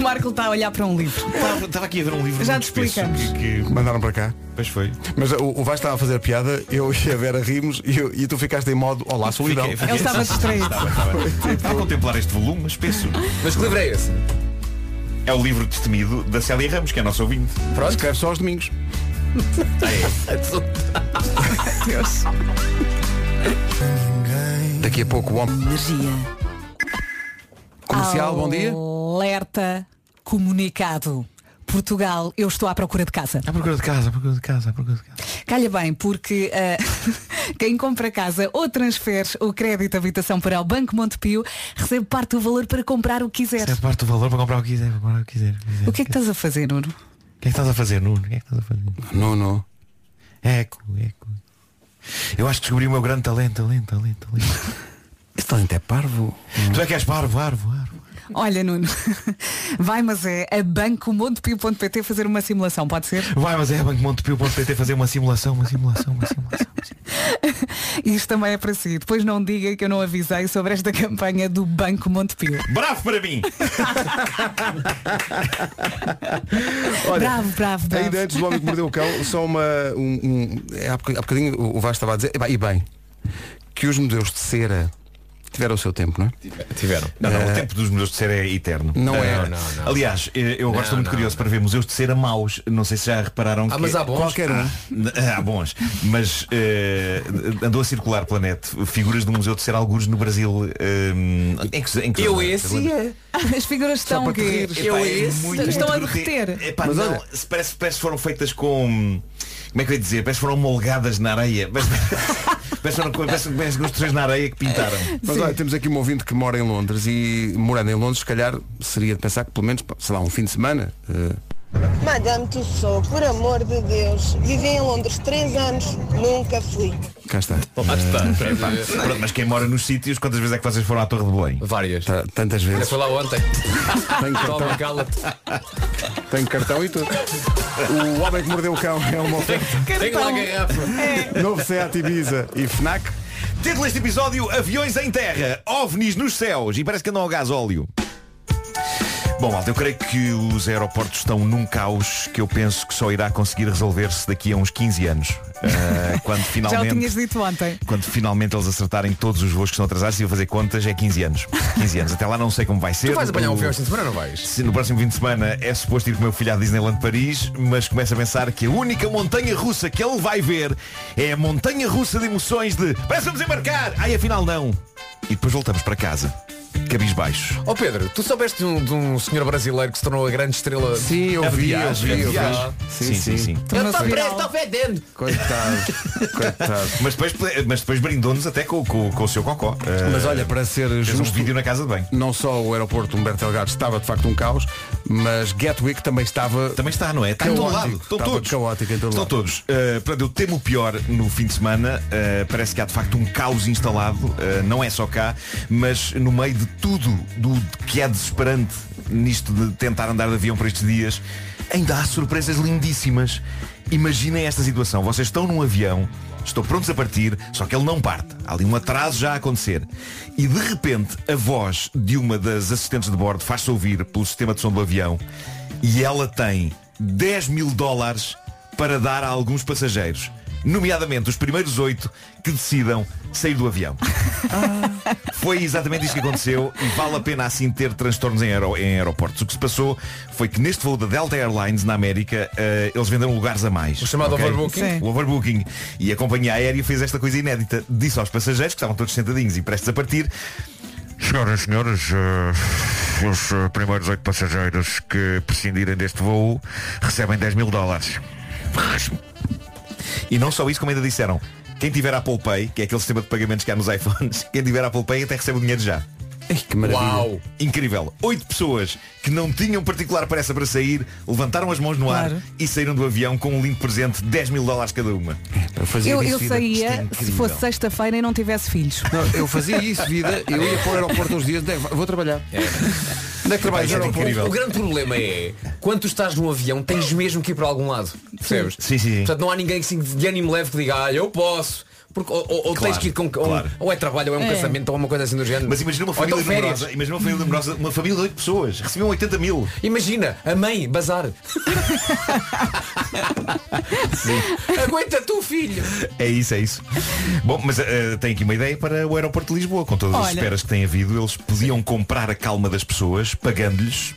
S4: Marco está a olhar para um livro.
S7: Estava- Estava aqui a ver um livro
S4: Já
S7: muito
S4: te
S7: espesso
S4: explicamos.
S7: que, que-
S2: Mandaram para cá.
S7: Pois foi.
S2: Mas eh, o, o Vasco estava a fazer piada, eu e a Vera rimos e, eu- e tu ficaste em modo Olá, solidão.
S7: Fiquei- fiquei-
S4: Ele estava distraído.
S7: Estava, estava. Estava a contemplar este volume espesso.
S1: Mas que livro é esse?
S7: É o livro destemido da Célia Ramos, que é a nossa ouvinte.
S2: Pronto, É. escreve só aos domingos. Daqui a pouco o homem.
S4: Energia.
S2: Comercial, bom dia.
S4: Alerta comunicado. Portugal, eu estou à procura de casa.
S7: À procura de casa, à procura de casa, à procura de casa.
S4: Calha bem, porque ah, quem compra casa ou transfere o crédito de habitação para o Banco Montepio recebe parte do valor para comprar o que quiser.
S2: é
S7: Certo parte do valor para comprar o que quiser, para comprar o que quiser. O que, quiser.
S4: O que é que estás a fazer, Nuno?
S7: O que é que estás a fazer, Nuno? O que é que estás a fazer?
S2: Não, não.
S7: Eco, eco. Eu acho que descobri o meu grande talento, talento, talento, talento.
S2: Esse talento é parvo.
S7: tu é que és parvo, arvo, arvo.
S4: Olha, Nuno, vai, mas é a bancomontepio.pt fazer uma simulação, pode ser?
S7: Vai, mas é bancomontepio.pt fazer uma simulação, uma simulação, uma simulação. uma simulação.
S4: Isto também é para si. Depois não diga que eu não avisei sobre esta campanha do Banco Montepio.
S7: Bravo para mim!
S4: bravo, bravo, bravo.
S2: Ainda antes do homem que mordeu o cão, só uma. Um, um- é, há, bocadinho, há bocadinho o o Vasco estava a dizer. "Epá, E bem, que os modelos de cera tiveram o seu tempo, não é?
S1: Tiveram.
S7: Não, não, o tempo dos museus de cera é eterno.
S2: Eh, Não é.
S7: Ah,
S1: Não, não.
S7: Aliás, eh, eu agora estou muito
S1: não,
S7: curioso para ver museus de cera maus. Não sei se já repararam
S1: Ah,
S7: que.
S1: mas há bons.
S2: Qualquer um.
S7: Ah, bons. Mas eh, andou a circular pela net figuras do Museu de Ser Algures no Brasil. eh, em que, em que
S1: Eu
S7: zona?
S1: esse é. ia.
S4: As figuras estão
S2: para te
S4: que
S2: rires.
S1: Eu
S7: Epá, é
S1: esse.
S4: Estão a
S7: grotesco.
S4: derreter.
S7: Epá,
S2: Mas
S7: não,
S2: olha-
S7: se parece, parece que foram feitas com. Como é que eu ia dizer? Parece que foram molgadas na areia. Parece, parece, que foram- parece, parece construções na areia que pintaram.
S2: Mas olha, temos aqui um ouvinte que mora em Londres e morando em Londres, se calhar seria de pensar que pelo menos, pá, sei lá, um fim de semana. eh,
S11: Madame Tussauds, por amor de Deus, vivi em Londres três anos, nunca fui.
S2: cá está.
S7: Epá, pronto, mas quem mora nos sítios, quantas vezes é que vocês foram à Torre de Belém?
S1: Várias.
S2: Tá, tantas
S1: Olha,
S2: vezes.
S1: foi lá ontem.
S2: Tenho cartão,
S1: Toma, cala-te.
S2: tenho cartão e tudo. O homem que mordeu o cão é uma oferta.
S1: Tem lá a garrafa.
S2: Novo Seat Ibiza e Fnac.
S7: Título deste episódio Aviões em Terra, OVNIs nos céus E parece que andam ao gás óleo Bom, malta, eu creio que os aeroportos estão num caos que eu penso que só irá conseguir resolver-se daqui a uns 15 anos. Ah, quando
S4: Já o
S7: finalmente
S4: tinhas dito ontem.
S7: quando finalmente eles acertarem todos os voos que estão atrasados, se eu fazer contas, é 15 anos. 15 anos. Até lá não sei como vai ser.
S1: Tu vais apanhar um
S7: O-
S1: avião este fim de semana ou não vais?
S7: se no próximo fim de semana é suposto ir com o meu filho à Disneyland Paris, mas começo a pensar que a única montanha russa que ele vai ver é a montanha russa de emoções de parece que vamos embarcar! Ai, afinal não. E depois voltamos para casa. Cabisbaixo.
S1: Ó Oh, Pedro, tu soubeste de um, de um senhor brasileiro que se tornou a grande estrela
S2: Sim, eu vi, eu
S7: Aliás,
S2: vi, eu vi.
S7: aliás. Sim, sim, sim.
S1: Eu estou
S4: Tornou-se
S1: preso,
S4: viral.
S1: estou tá fedendo.
S2: Coitado. Coitado.
S7: Mas depois, mas depois brindou-nos até com, com- com o seu cocó. Ah,
S2: Mas olha, para ser
S7: fez um
S2: justo,
S7: vídeo na casa de banho.
S2: não só o aeroporto Humberto Delgado estava de facto um caos, mas Gatwick também estava.
S7: Também está, não é? Está em todo
S2: Caótico.
S7: lado. Estão
S2: Estava
S7: todos.
S2: caótico em todo
S7: Estão
S2: lado.
S7: todos. Uh, portanto, eu temo o pior no fim de semana. Uh, parece que há de facto um caos instalado. Uh, não é só cá, mas no meio de tudo do que é desesperante nisto de tentar andar de avião por estes dias, ainda há surpresas lindíssimas. Imaginem esta situação. Vocês estão num avião, estão prontos a partir, só que ele não parte. Há ali um atraso já a acontecer. E de repente a voz de uma das assistentes de bordo faz-se ouvir pelo sistema de som do avião e ela tem 10 mil dólares para dar a alguns passageiros, nomeadamente os primeiros oito que decidam sair do avião. Ah. Foi exatamente isso que aconteceu e vale a pena assim ter transtornos em, aero- em aeroportos. O que se passou foi que neste voo da Delta Airlines na América eh, eles venderam lugares a mais.
S1: O chamado
S7: ok?
S1: overbooking.
S4: Sim.
S7: O Um overbooking. E a companhia aérea fez esta coisa inédita. Disse aos passageiros que estavam todos sentadinhos e prestes a partir
S8: Senhoras e senhores, eh, os eh, primeiros oito passageiros que prescindirem deste voo recebem 10 mil dólares.
S7: E não só isso, como ainda disseram, quem tiver Apple Pay, que é aquele sistema de pagamentos que há nos iPhones, quem tiver Apple Pay até recebe o dinheiro já.
S2: Ai, que maravilha.
S1: Uau.
S7: Incrível. Oito pessoas que não tinham particular pressa para sair, levantaram as mãos no ar
S4: Claro.
S7: e saíram do avião com um lindo presente de 10 mil dólares cada uma.
S2: Eu fazia
S4: Eu,
S2: isso,
S4: eu
S7: Isto
S2: vida.
S7: é
S4: saía se
S7: incrível.
S4: fosse sexta-feira e não tivesse filhos.
S2: Não, eu fazia isso, vida. Eu ia para o aeroporto uns dias. Onde é que- Vou trabalhar. Onde é que trabalhas?
S7: Isto é
S2: Aeroporto.
S7: incrível.
S1: O grande problema é, quando tu estás num avião, tens mesmo que ir para algum lado. Percebes?
S7: Sim, sim, sim.
S1: Portanto, não há ninguém assim de ânimo leve que diga, ah, eu posso. Porque ou, ou- ou
S7: Claro,
S1: tens que ir com. ou-
S7: claro.
S1: Ou, é trabalho, ou é um
S7: É.
S1: casamento, ou é uma coisa assim do género.
S7: Mas imagina uma
S1: Ou então
S7: família
S1: férias.
S7: numerosa, imagina uma família numerosa, uma família de 8 pessoas, recebiam 80 mil.
S1: Imagina, a mãe, bazar. Aguenta tu, filho!
S7: É isso, é isso. Bom, mas eh, tenho aqui uma ideia para o aeroporto de Lisboa. Com todas as
S1: Olha.
S7: esperas que tem havido, eles podiam comprar a calma das pessoas pagando-lhes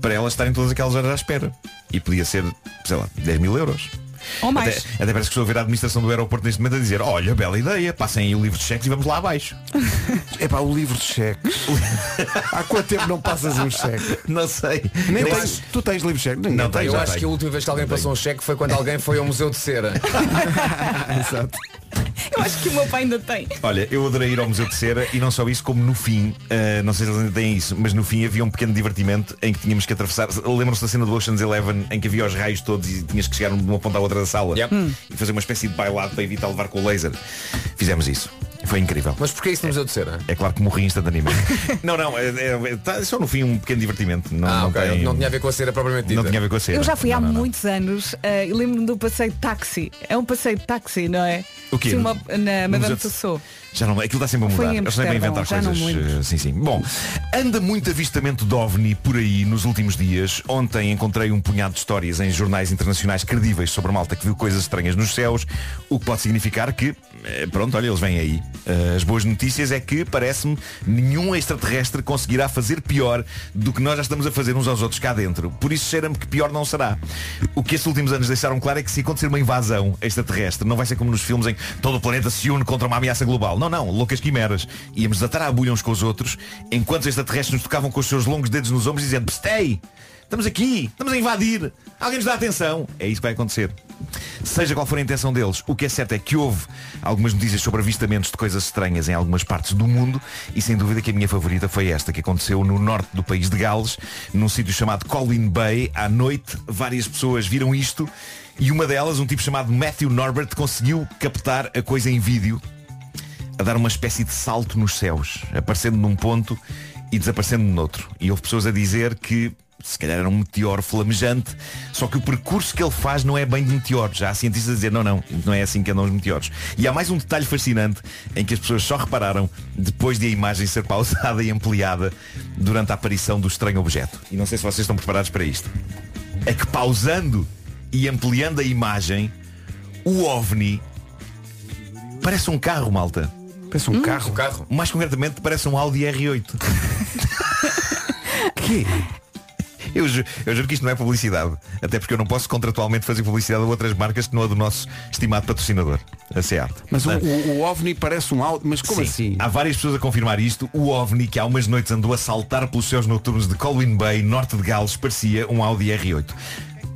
S7: para elas estarem todas aquelas horas à espera. E podia ser, sei lá, 10 mil euros.
S4: Ou mais.
S7: Até, até parece que estou a ver a administração do aeroporto neste momento a dizer Olha, bela ideia, passem aí o livro de cheques e vamos lá abaixo
S2: É pá, o livro de cheques Há quanto tempo não passas um cheque?
S7: Não sei
S2: Nem
S1: Eu
S2: tens-
S1: acho-
S2: Tu tens livro de cheque? Ninguém
S1: Não
S2: tem.
S1: eu acho que é a última vez que alguém passou um cheque foi quando alguém foi ao Museu de Cera.
S2: Exato.
S4: Eu acho que o meu pai ainda tem.
S7: Olha, eu adorei ir ao Museu de Cera e não só isso, como no fim, ah, não sei se eles ainda têm isso, mas no fim havia um pequeno divertimento em que tínhamos que atravessar. Lembram-se da cena do Ocean's Eleven em que havia os raios todos e tinhas que chegar de uma ponta à outra da sala e fazer uma espécie de bailado para evitar levar com o laser. Fizemos isso. Foi incrível.
S1: Mas porquê isso no Museu de Cera?
S7: É claro que morri instantaneamente. não, não, é, é- é- tá- só no fim um pequeno divertimento. Não,
S1: Ah,
S7: não,
S1: ok,
S7: tem-
S1: não tinha a ver com a cera propriamente dita.
S7: Não tinha a ver com a cera.
S4: Eu já fui há muitos anos eh, e lembro-me do passeio de táxi. É um passeio de táxi, não é?
S7: O quê?
S4: Sim, uma- na
S7: No
S4: Madame
S7: Museu de-
S4: Tussauds.
S7: Já não, aquilo está sempre a
S4: Foi
S7: mudar.
S4: em
S7: Eles também
S4: Amsterdão,
S7: inventar
S4: já não
S7: coisas.
S4: me lembro.
S7: eh, Sim, sim. Bom, anda muito avistamento de OVNI por aí nos últimos dias. Ontem encontrei um punhado de histórias em jornais internacionais credíveis sobre a malta que viu coisas estranhas nos céus, o que pode significar que, eh, pronto, olha, eles vêm aí. Eh, As boas notícias é que, parece-me, nenhum extraterrestre conseguirá fazer pior do que nós já estamos a fazer uns aos outros cá dentro. Por isso cheira-me que pior não será. O que estes últimos anos deixaram claro é que se acontecer uma invasão extraterrestre, não vai ser como nos filmes em que todo o planeta se une contra uma ameaça global. Não, não, loucas quimeras. Íamos atar a bulha uns com os outros, enquanto os extraterrestres nos tocavam com os seus longos dedos nos ombros dizendo, Pstei! Estamos aqui, estamos a invadir, alguém nos dá atenção. É isso que vai acontecer. Seja qual for a intenção deles, o que é certo é que houve algumas notícias sobre avistamentos de coisas estranhas em algumas partes do mundo e sem dúvida que a minha favorita foi esta que aconteceu no norte do país de Gales, num sítio chamado Colin Bay. À noite, várias pessoas viram isto e uma delas, um tipo chamado Matthew Norbert, conseguiu captar a coisa em vídeo a dar uma espécie de salto nos céus, aparecendo num ponto e desaparecendo noutro. E houve pessoas a dizer que se calhar era um meteoro flamejante, só que o percurso que ele faz não é bem de meteoro. Já há cientistas a dizer, não, não, não é assim que andam os meteoros. E há mais um detalhe fascinante em que as pessoas só repararam depois de a imagem ser pausada e ampliada durante a aparição do estranho objeto. E não sei se vocês estão preparados para isto. É que pausando e ampliando a imagem, o OVNI Parece um carro, malta.
S2: Parece um carro.
S1: carro.
S7: Mais concretamente, parece um Audi R8.
S2: que?
S7: Eu, ju- eu juro que isto não é publicidade. Até porque eu não posso contratualmente fazer publicidade a outras marcas que não a do nosso estimado patrocinador, a SEAT.
S2: Mas o,
S7: Portanto,
S2: o- o OVNI parece um alto, mas como
S7: Sim.
S2: assim?
S7: Há várias pessoas a confirmar isto. O OVNI, que há umas noites andou a saltar pelos céus noturnos de Colwyn Bay, norte de Gales, parecia um Audi R8.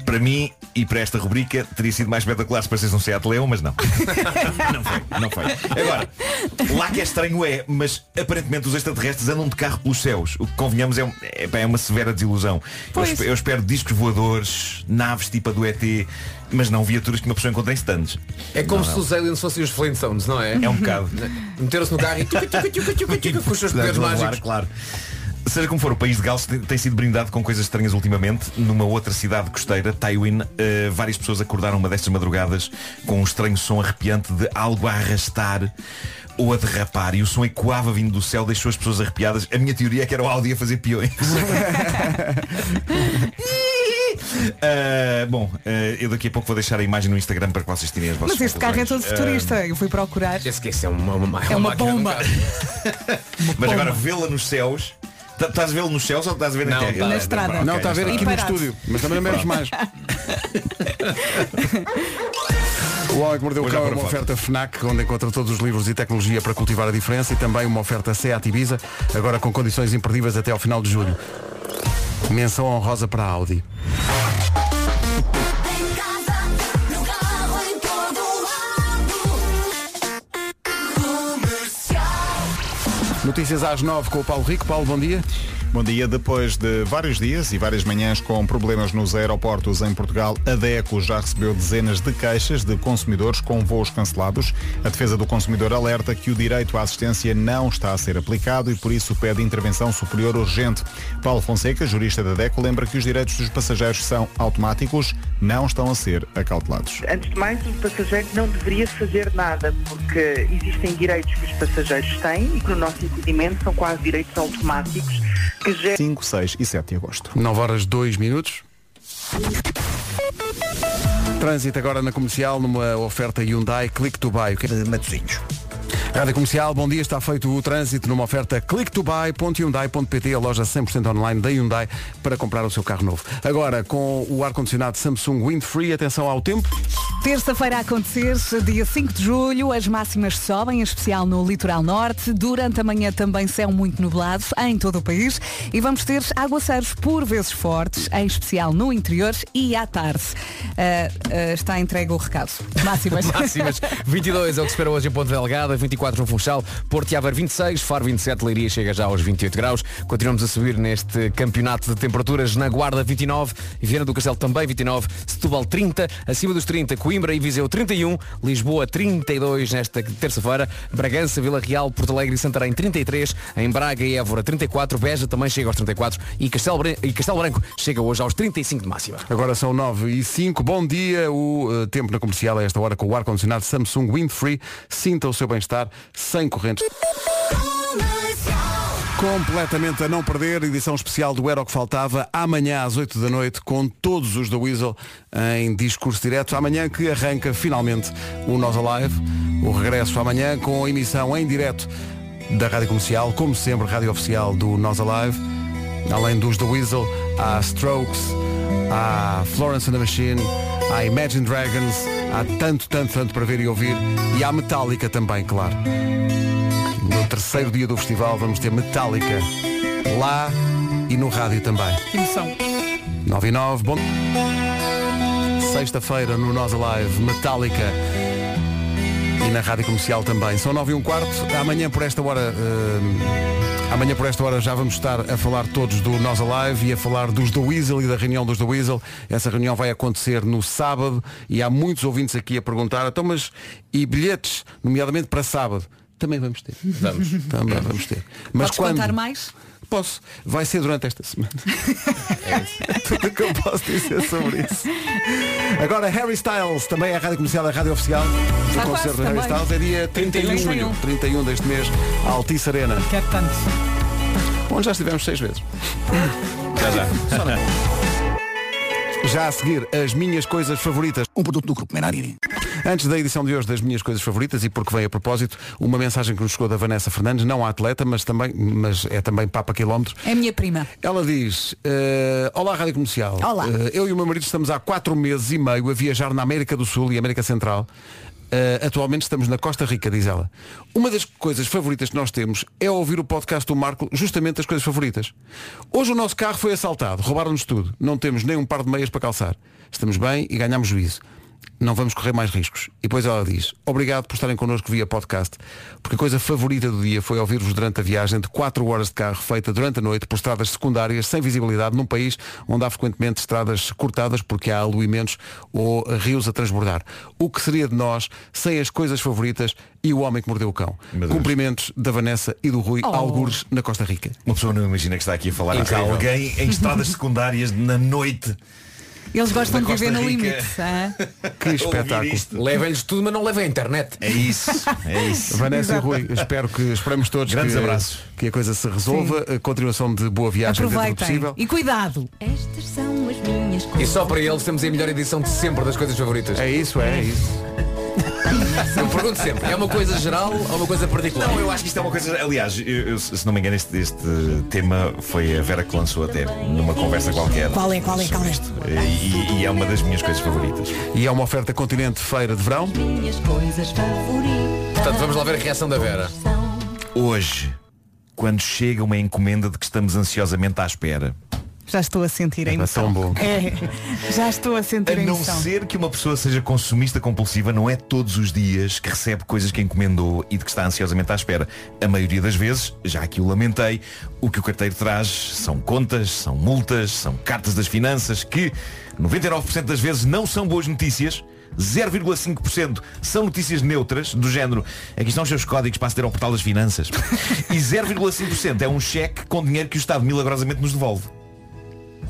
S7: Para mim, e para esta rubrica, teria sido mais espetacular se parecesse um Seat Leon, mas não. não foi, não foi. Agora, lá que é estranho é, mas aparentemente os extraterrestres andam de carro pelos céus. O que convenhamos é, um- é, pá, é uma severa desilusão. Eu,
S4: Pois.
S7: espe- eu espero discos voadores, naves tipo a do ET, mas não viaturas que uma pessoa encontra em stands.
S1: É como
S7: Não,
S1: se
S7: não.
S1: os aliens fossem os Flintstones, não é?
S7: É um bocado.
S1: Meteram-se no carro e tuca, tuca, tuca, tuca, tuca, com os seus poderes
S7: Claro,
S1: mágicos.
S7: Claro. Seja como for, o país de Gales tem- tem sido brindado com coisas estranhas ultimamente. Numa outra cidade costeira, Taiwan, eh, várias pessoas acordaram uma destas madrugadas com um estranho som arrepiante de algo a arrastar ou a derrapar. E o som ecoava vindo do céu, deixou as pessoas arrepiadas. A minha teoria é que era o Audi a fazer peões. Ah, bom, eh, eu daqui a pouco vou deixar a imagem no Instagram para que vocês tirem as vossas
S4: Mas este carro é todo
S7: conclusões.
S4: futurista.
S7: Eh,
S4: Eu fui procurar.
S1: Esquece, é uma, uma,
S4: É uma
S1: máquina de um
S4: bomba.
S1: carro.
S7: Mas agora vê-la nos céus. Tá- Estás a vê-la nos céus ou estás a ver na
S1: Não,
S7: terra?
S1: tá- Na
S4: estrada.
S7: ok,
S2: Não, está a ver
S7: na
S2: aqui
S7: estrada.
S2: no
S4: parado.
S2: estúdio, mas também não menos mais. O Homem que Mordeu o
S7: Hoje
S2: Cão é
S7: agora
S2: uma
S7: foto.
S2: oferta FNAC, onde encontra todos os livros e tecnologia para cultivar a diferença e também uma oferta SEAT Ibiza, agora com condições imperdíveis até ao final de julho. Menção honrosa para a Audi. Notícias às nove com o Paulo Rico. Paulo, bom dia.
S9: Bom dia. Depois de vários dias e várias manhãs com problemas nos aeroportos em Portugal, a DECO já recebeu dezenas de queixas de consumidores com voos cancelados. A defesa do consumidor alerta que o direito à assistência não está a ser aplicado e por isso pede intervenção superior urgente. Paulo Fonseca, jurista da DECO, lembra que os direitos dos passageiros são automáticos, não estão a ser acautelados.
S12: Antes de mais, o passageiro não deveria fazer nada, porque existem direitos que os passageiros têm e que, no nosso entendimento, são quase direitos automáticos que já...
S9: 5, 6 e 7 de agosto.
S2: 9 horas 2 minutos. Trânsito agora na comercial numa oferta Hyundai Click to Buy. é
S3: De Matosinhos.
S2: Rádio Comercial, bom dia, está feito o trânsito numa oferta clicktobuy.hyundai.pt, a loja 100% online da Hyundai para comprar o seu carro novo. Agora, com o ar-condicionado Samsung Wind Free, atenção ao tempo.
S4: Terça-feira a acontecer, dia 5 de julho, as máximas sobem, em especial no litoral norte. Durante a manhã também céu muito nublado em todo o país e vamos ter aguaceiros por vezes fortes, em especial no interior e à tarde. Ah, ah, está entregue o recado. Máximas.
S1: Máximas. 22 é o que se espera hoje em Ponte Delgada, 24 no Funchal, Porto e Aveiro 26, Faro 27, Leiria chega já aos 28 graus. Continuamos a subir neste campeonato de temperaturas na Guarda 29, Viana do Castelo também 29, Setúbal 30, acima dos 30, Coimbra e Viseu 31, Lisboa 32 nesta terça-feira, Bragança, Vila Real, Porto Alegre e Santarém 33, em Braga e Évora 34, Beja também chega aos 34 e Castelo, Bran- e Castelo Branco chega hoje aos 35 de máxima.
S2: Agora são 9 e 5. Bom dia. O eh, tempo na comercial a esta hora com o ar-condicionado Samsung Wind Free. Sinta o seu bem-estar sem correntes. Completamente a não perder, edição especial do Era o que Faltava, amanhã às 8 da noite, com todos os da Weasel em discurso direto. Amanhã que arranca finalmente o Nós Alive. O regresso amanhã com a emissão em direto da Rádio Comercial, como sempre, Rádio Oficial do Nós Alive. Além dos da Weasel, há Strokes, há Florence and the Machine, há Imagine Dragons, há tanto, tanto, tanto para ver e ouvir. E há Metallica também, claro. No terceiro dia do festival vamos ter Metallica lá e no rádio também.
S4: Emoção.
S2: 9 e 9, bom. Sexta-feira no Nós Alive, Metallica e na rádio comercial também. São 9 e um quarto. Amanhã por esta hora. eh, Amanhã por esta hora já vamos estar a falar todos do Nós Alive e a falar dos The Weasel e da reunião dos The Weasel. Essa reunião vai acontecer no sábado e há muitos ouvintes aqui a perguntar, então mas e bilhetes, nomeadamente para sábado? Também vamos ter.
S1: Vamos.
S2: Também vamos ter. Mas
S4: Podes
S2: quando?
S4: contar mais?
S2: Posso. Vai ser durante esta semana. Tudo o que eu posso dizer sobre isso. Agora Harry Styles, também é a rádio comercial, a rádio oficial
S4: Está
S2: do
S4: quase
S2: concerto de Harry
S4: também.
S2: Styles. É dia 31 de junho, 31 deste mês, a Altice Arena.
S4: Quero é tanto.
S2: Onde já estivemos seis vezes.
S7: Já já.
S2: Já a seguir, as minhas coisas favoritas.
S13: Um produto do Grupo Menarini.
S2: Antes da edição de hoje das minhas coisas favoritas e porque vem a propósito, uma mensagem que nos chegou da Vanessa Fernandes, não atleta, mas também, mas é também Papa Quilómetro.
S4: É a minha prima.
S2: Ela diz, eh, olá Rádio Comercial.
S4: Olá.
S2: Eh, eu e o meu marido estamos há quatro meses e meio a viajar na América do Sul e América Central. Eh, atualmente estamos na Costa Rica, diz ela. Uma das coisas favoritas que nós temos é ouvir o podcast do Marco, justamente as coisas favoritas. Hoje o nosso carro foi assaltado, roubaram-nos tudo. Não temos nem um par de meias para calçar. Estamos bem e ganhamos juízo. Não vamos correr mais riscos. E depois ela diz, obrigado por estarem connosco via podcast, porque a coisa favorita do dia foi ouvir-vos durante a viagem de 4 horas de carro feita durante a noite por estradas secundárias sem visibilidade num país onde há frequentemente estradas cortadas porque há aluimentos ou rios a transbordar. O que seria de nós sem as coisas favoritas e o homem que mordeu o cão?
S7: Meu Deus.
S2: Cumprimentos da Vanessa e do Rui
S7: Oh.
S2: Algures na Costa Rica.
S7: Uma pessoa não imagina que está aqui a falar a
S2: Incrível.
S7: alguém em estradas secundárias na noite.
S4: Eles gostam
S7: Da
S4: de viver
S7: Costa
S4: no
S7: Rica.
S4: limite. hã?
S2: Que espetáculo.
S1: Levem-lhes tudo, mas não levem a internet.
S7: É isso, é isso.
S2: Vanessa e Rui, espero que esperamos todos
S7: Grandes
S2: que,
S7: abraços.
S2: que a coisa se resolva. A continuação de boa viagem dentro do possível.
S4: Aproveitem. E cuidado.
S14: Estas são as minhas
S1: E só para eles temos a melhor edição de sempre das coisas favoritas.
S2: É isso, é, isso.
S1: Eu pergunto sempre, é uma coisa geral ou uma coisa particular?
S7: Não, eu acho que isto é uma coisa. Aliás, eu- eu, se não me engano, este, este tema foi a Vera que lançou até numa conversa qualquer.
S4: Qual é, qual é, qual é?
S7: E, e é uma das minhas coisas favoritas.
S2: E é uma oferta continente feira de verão.
S14: minhas coisas favoritas.
S1: Portanto, vamos lá ver a reação da Vera.
S7: Hoje, quando chega uma encomenda de que estamos ansiosamente à espera,
S4: Já estou a sentir a emoção.
S7: tão bom.
S4: É, já estou a sentir a,
S7: A não
S4: emoção.
S7: ser que uma pessoa seja consumista compulsiva, não é todos os dias que recebe coisas que encomendou e de que está ansiosamente à espera. A maioria das vezes, já aqui o lamentei, o que o carteiro traz são contas, são multas, são cartas das finanças que 99% das vezes não são boas notícias. 0,5% são notícias neutras do género aqui estão os seus códigos para aceder ao portal das finanças e 0,5% é um cheque com dinheiro que o Estado milagrosamente nos devolve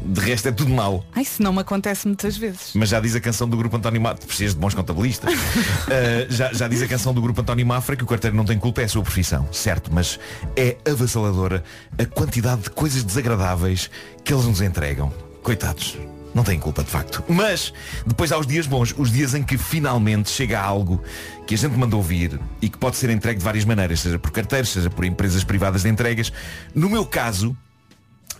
S7: de resto é tudo mau
S4: Ai, se não me acontece muitas vezes.
S7: mas já diz a canção do grupo António Mafra Precisas de bons contabilistas Uh, já, já diz a canção do grupo António Mafra Que o carteiro não tem culpa, é a sua profissão Certo, mas é avassaladora A quantidade de coisas desagradáveis Que eles nos entregam Coitados, não têm culpa de facto Mas, depois há os dias bons Os dias em que finalmente chega algo Que a gente mandou vir E que pode ser entregue de várias maneiras Seja por carteiros, seja por empresas privadas de entregas No meu caso,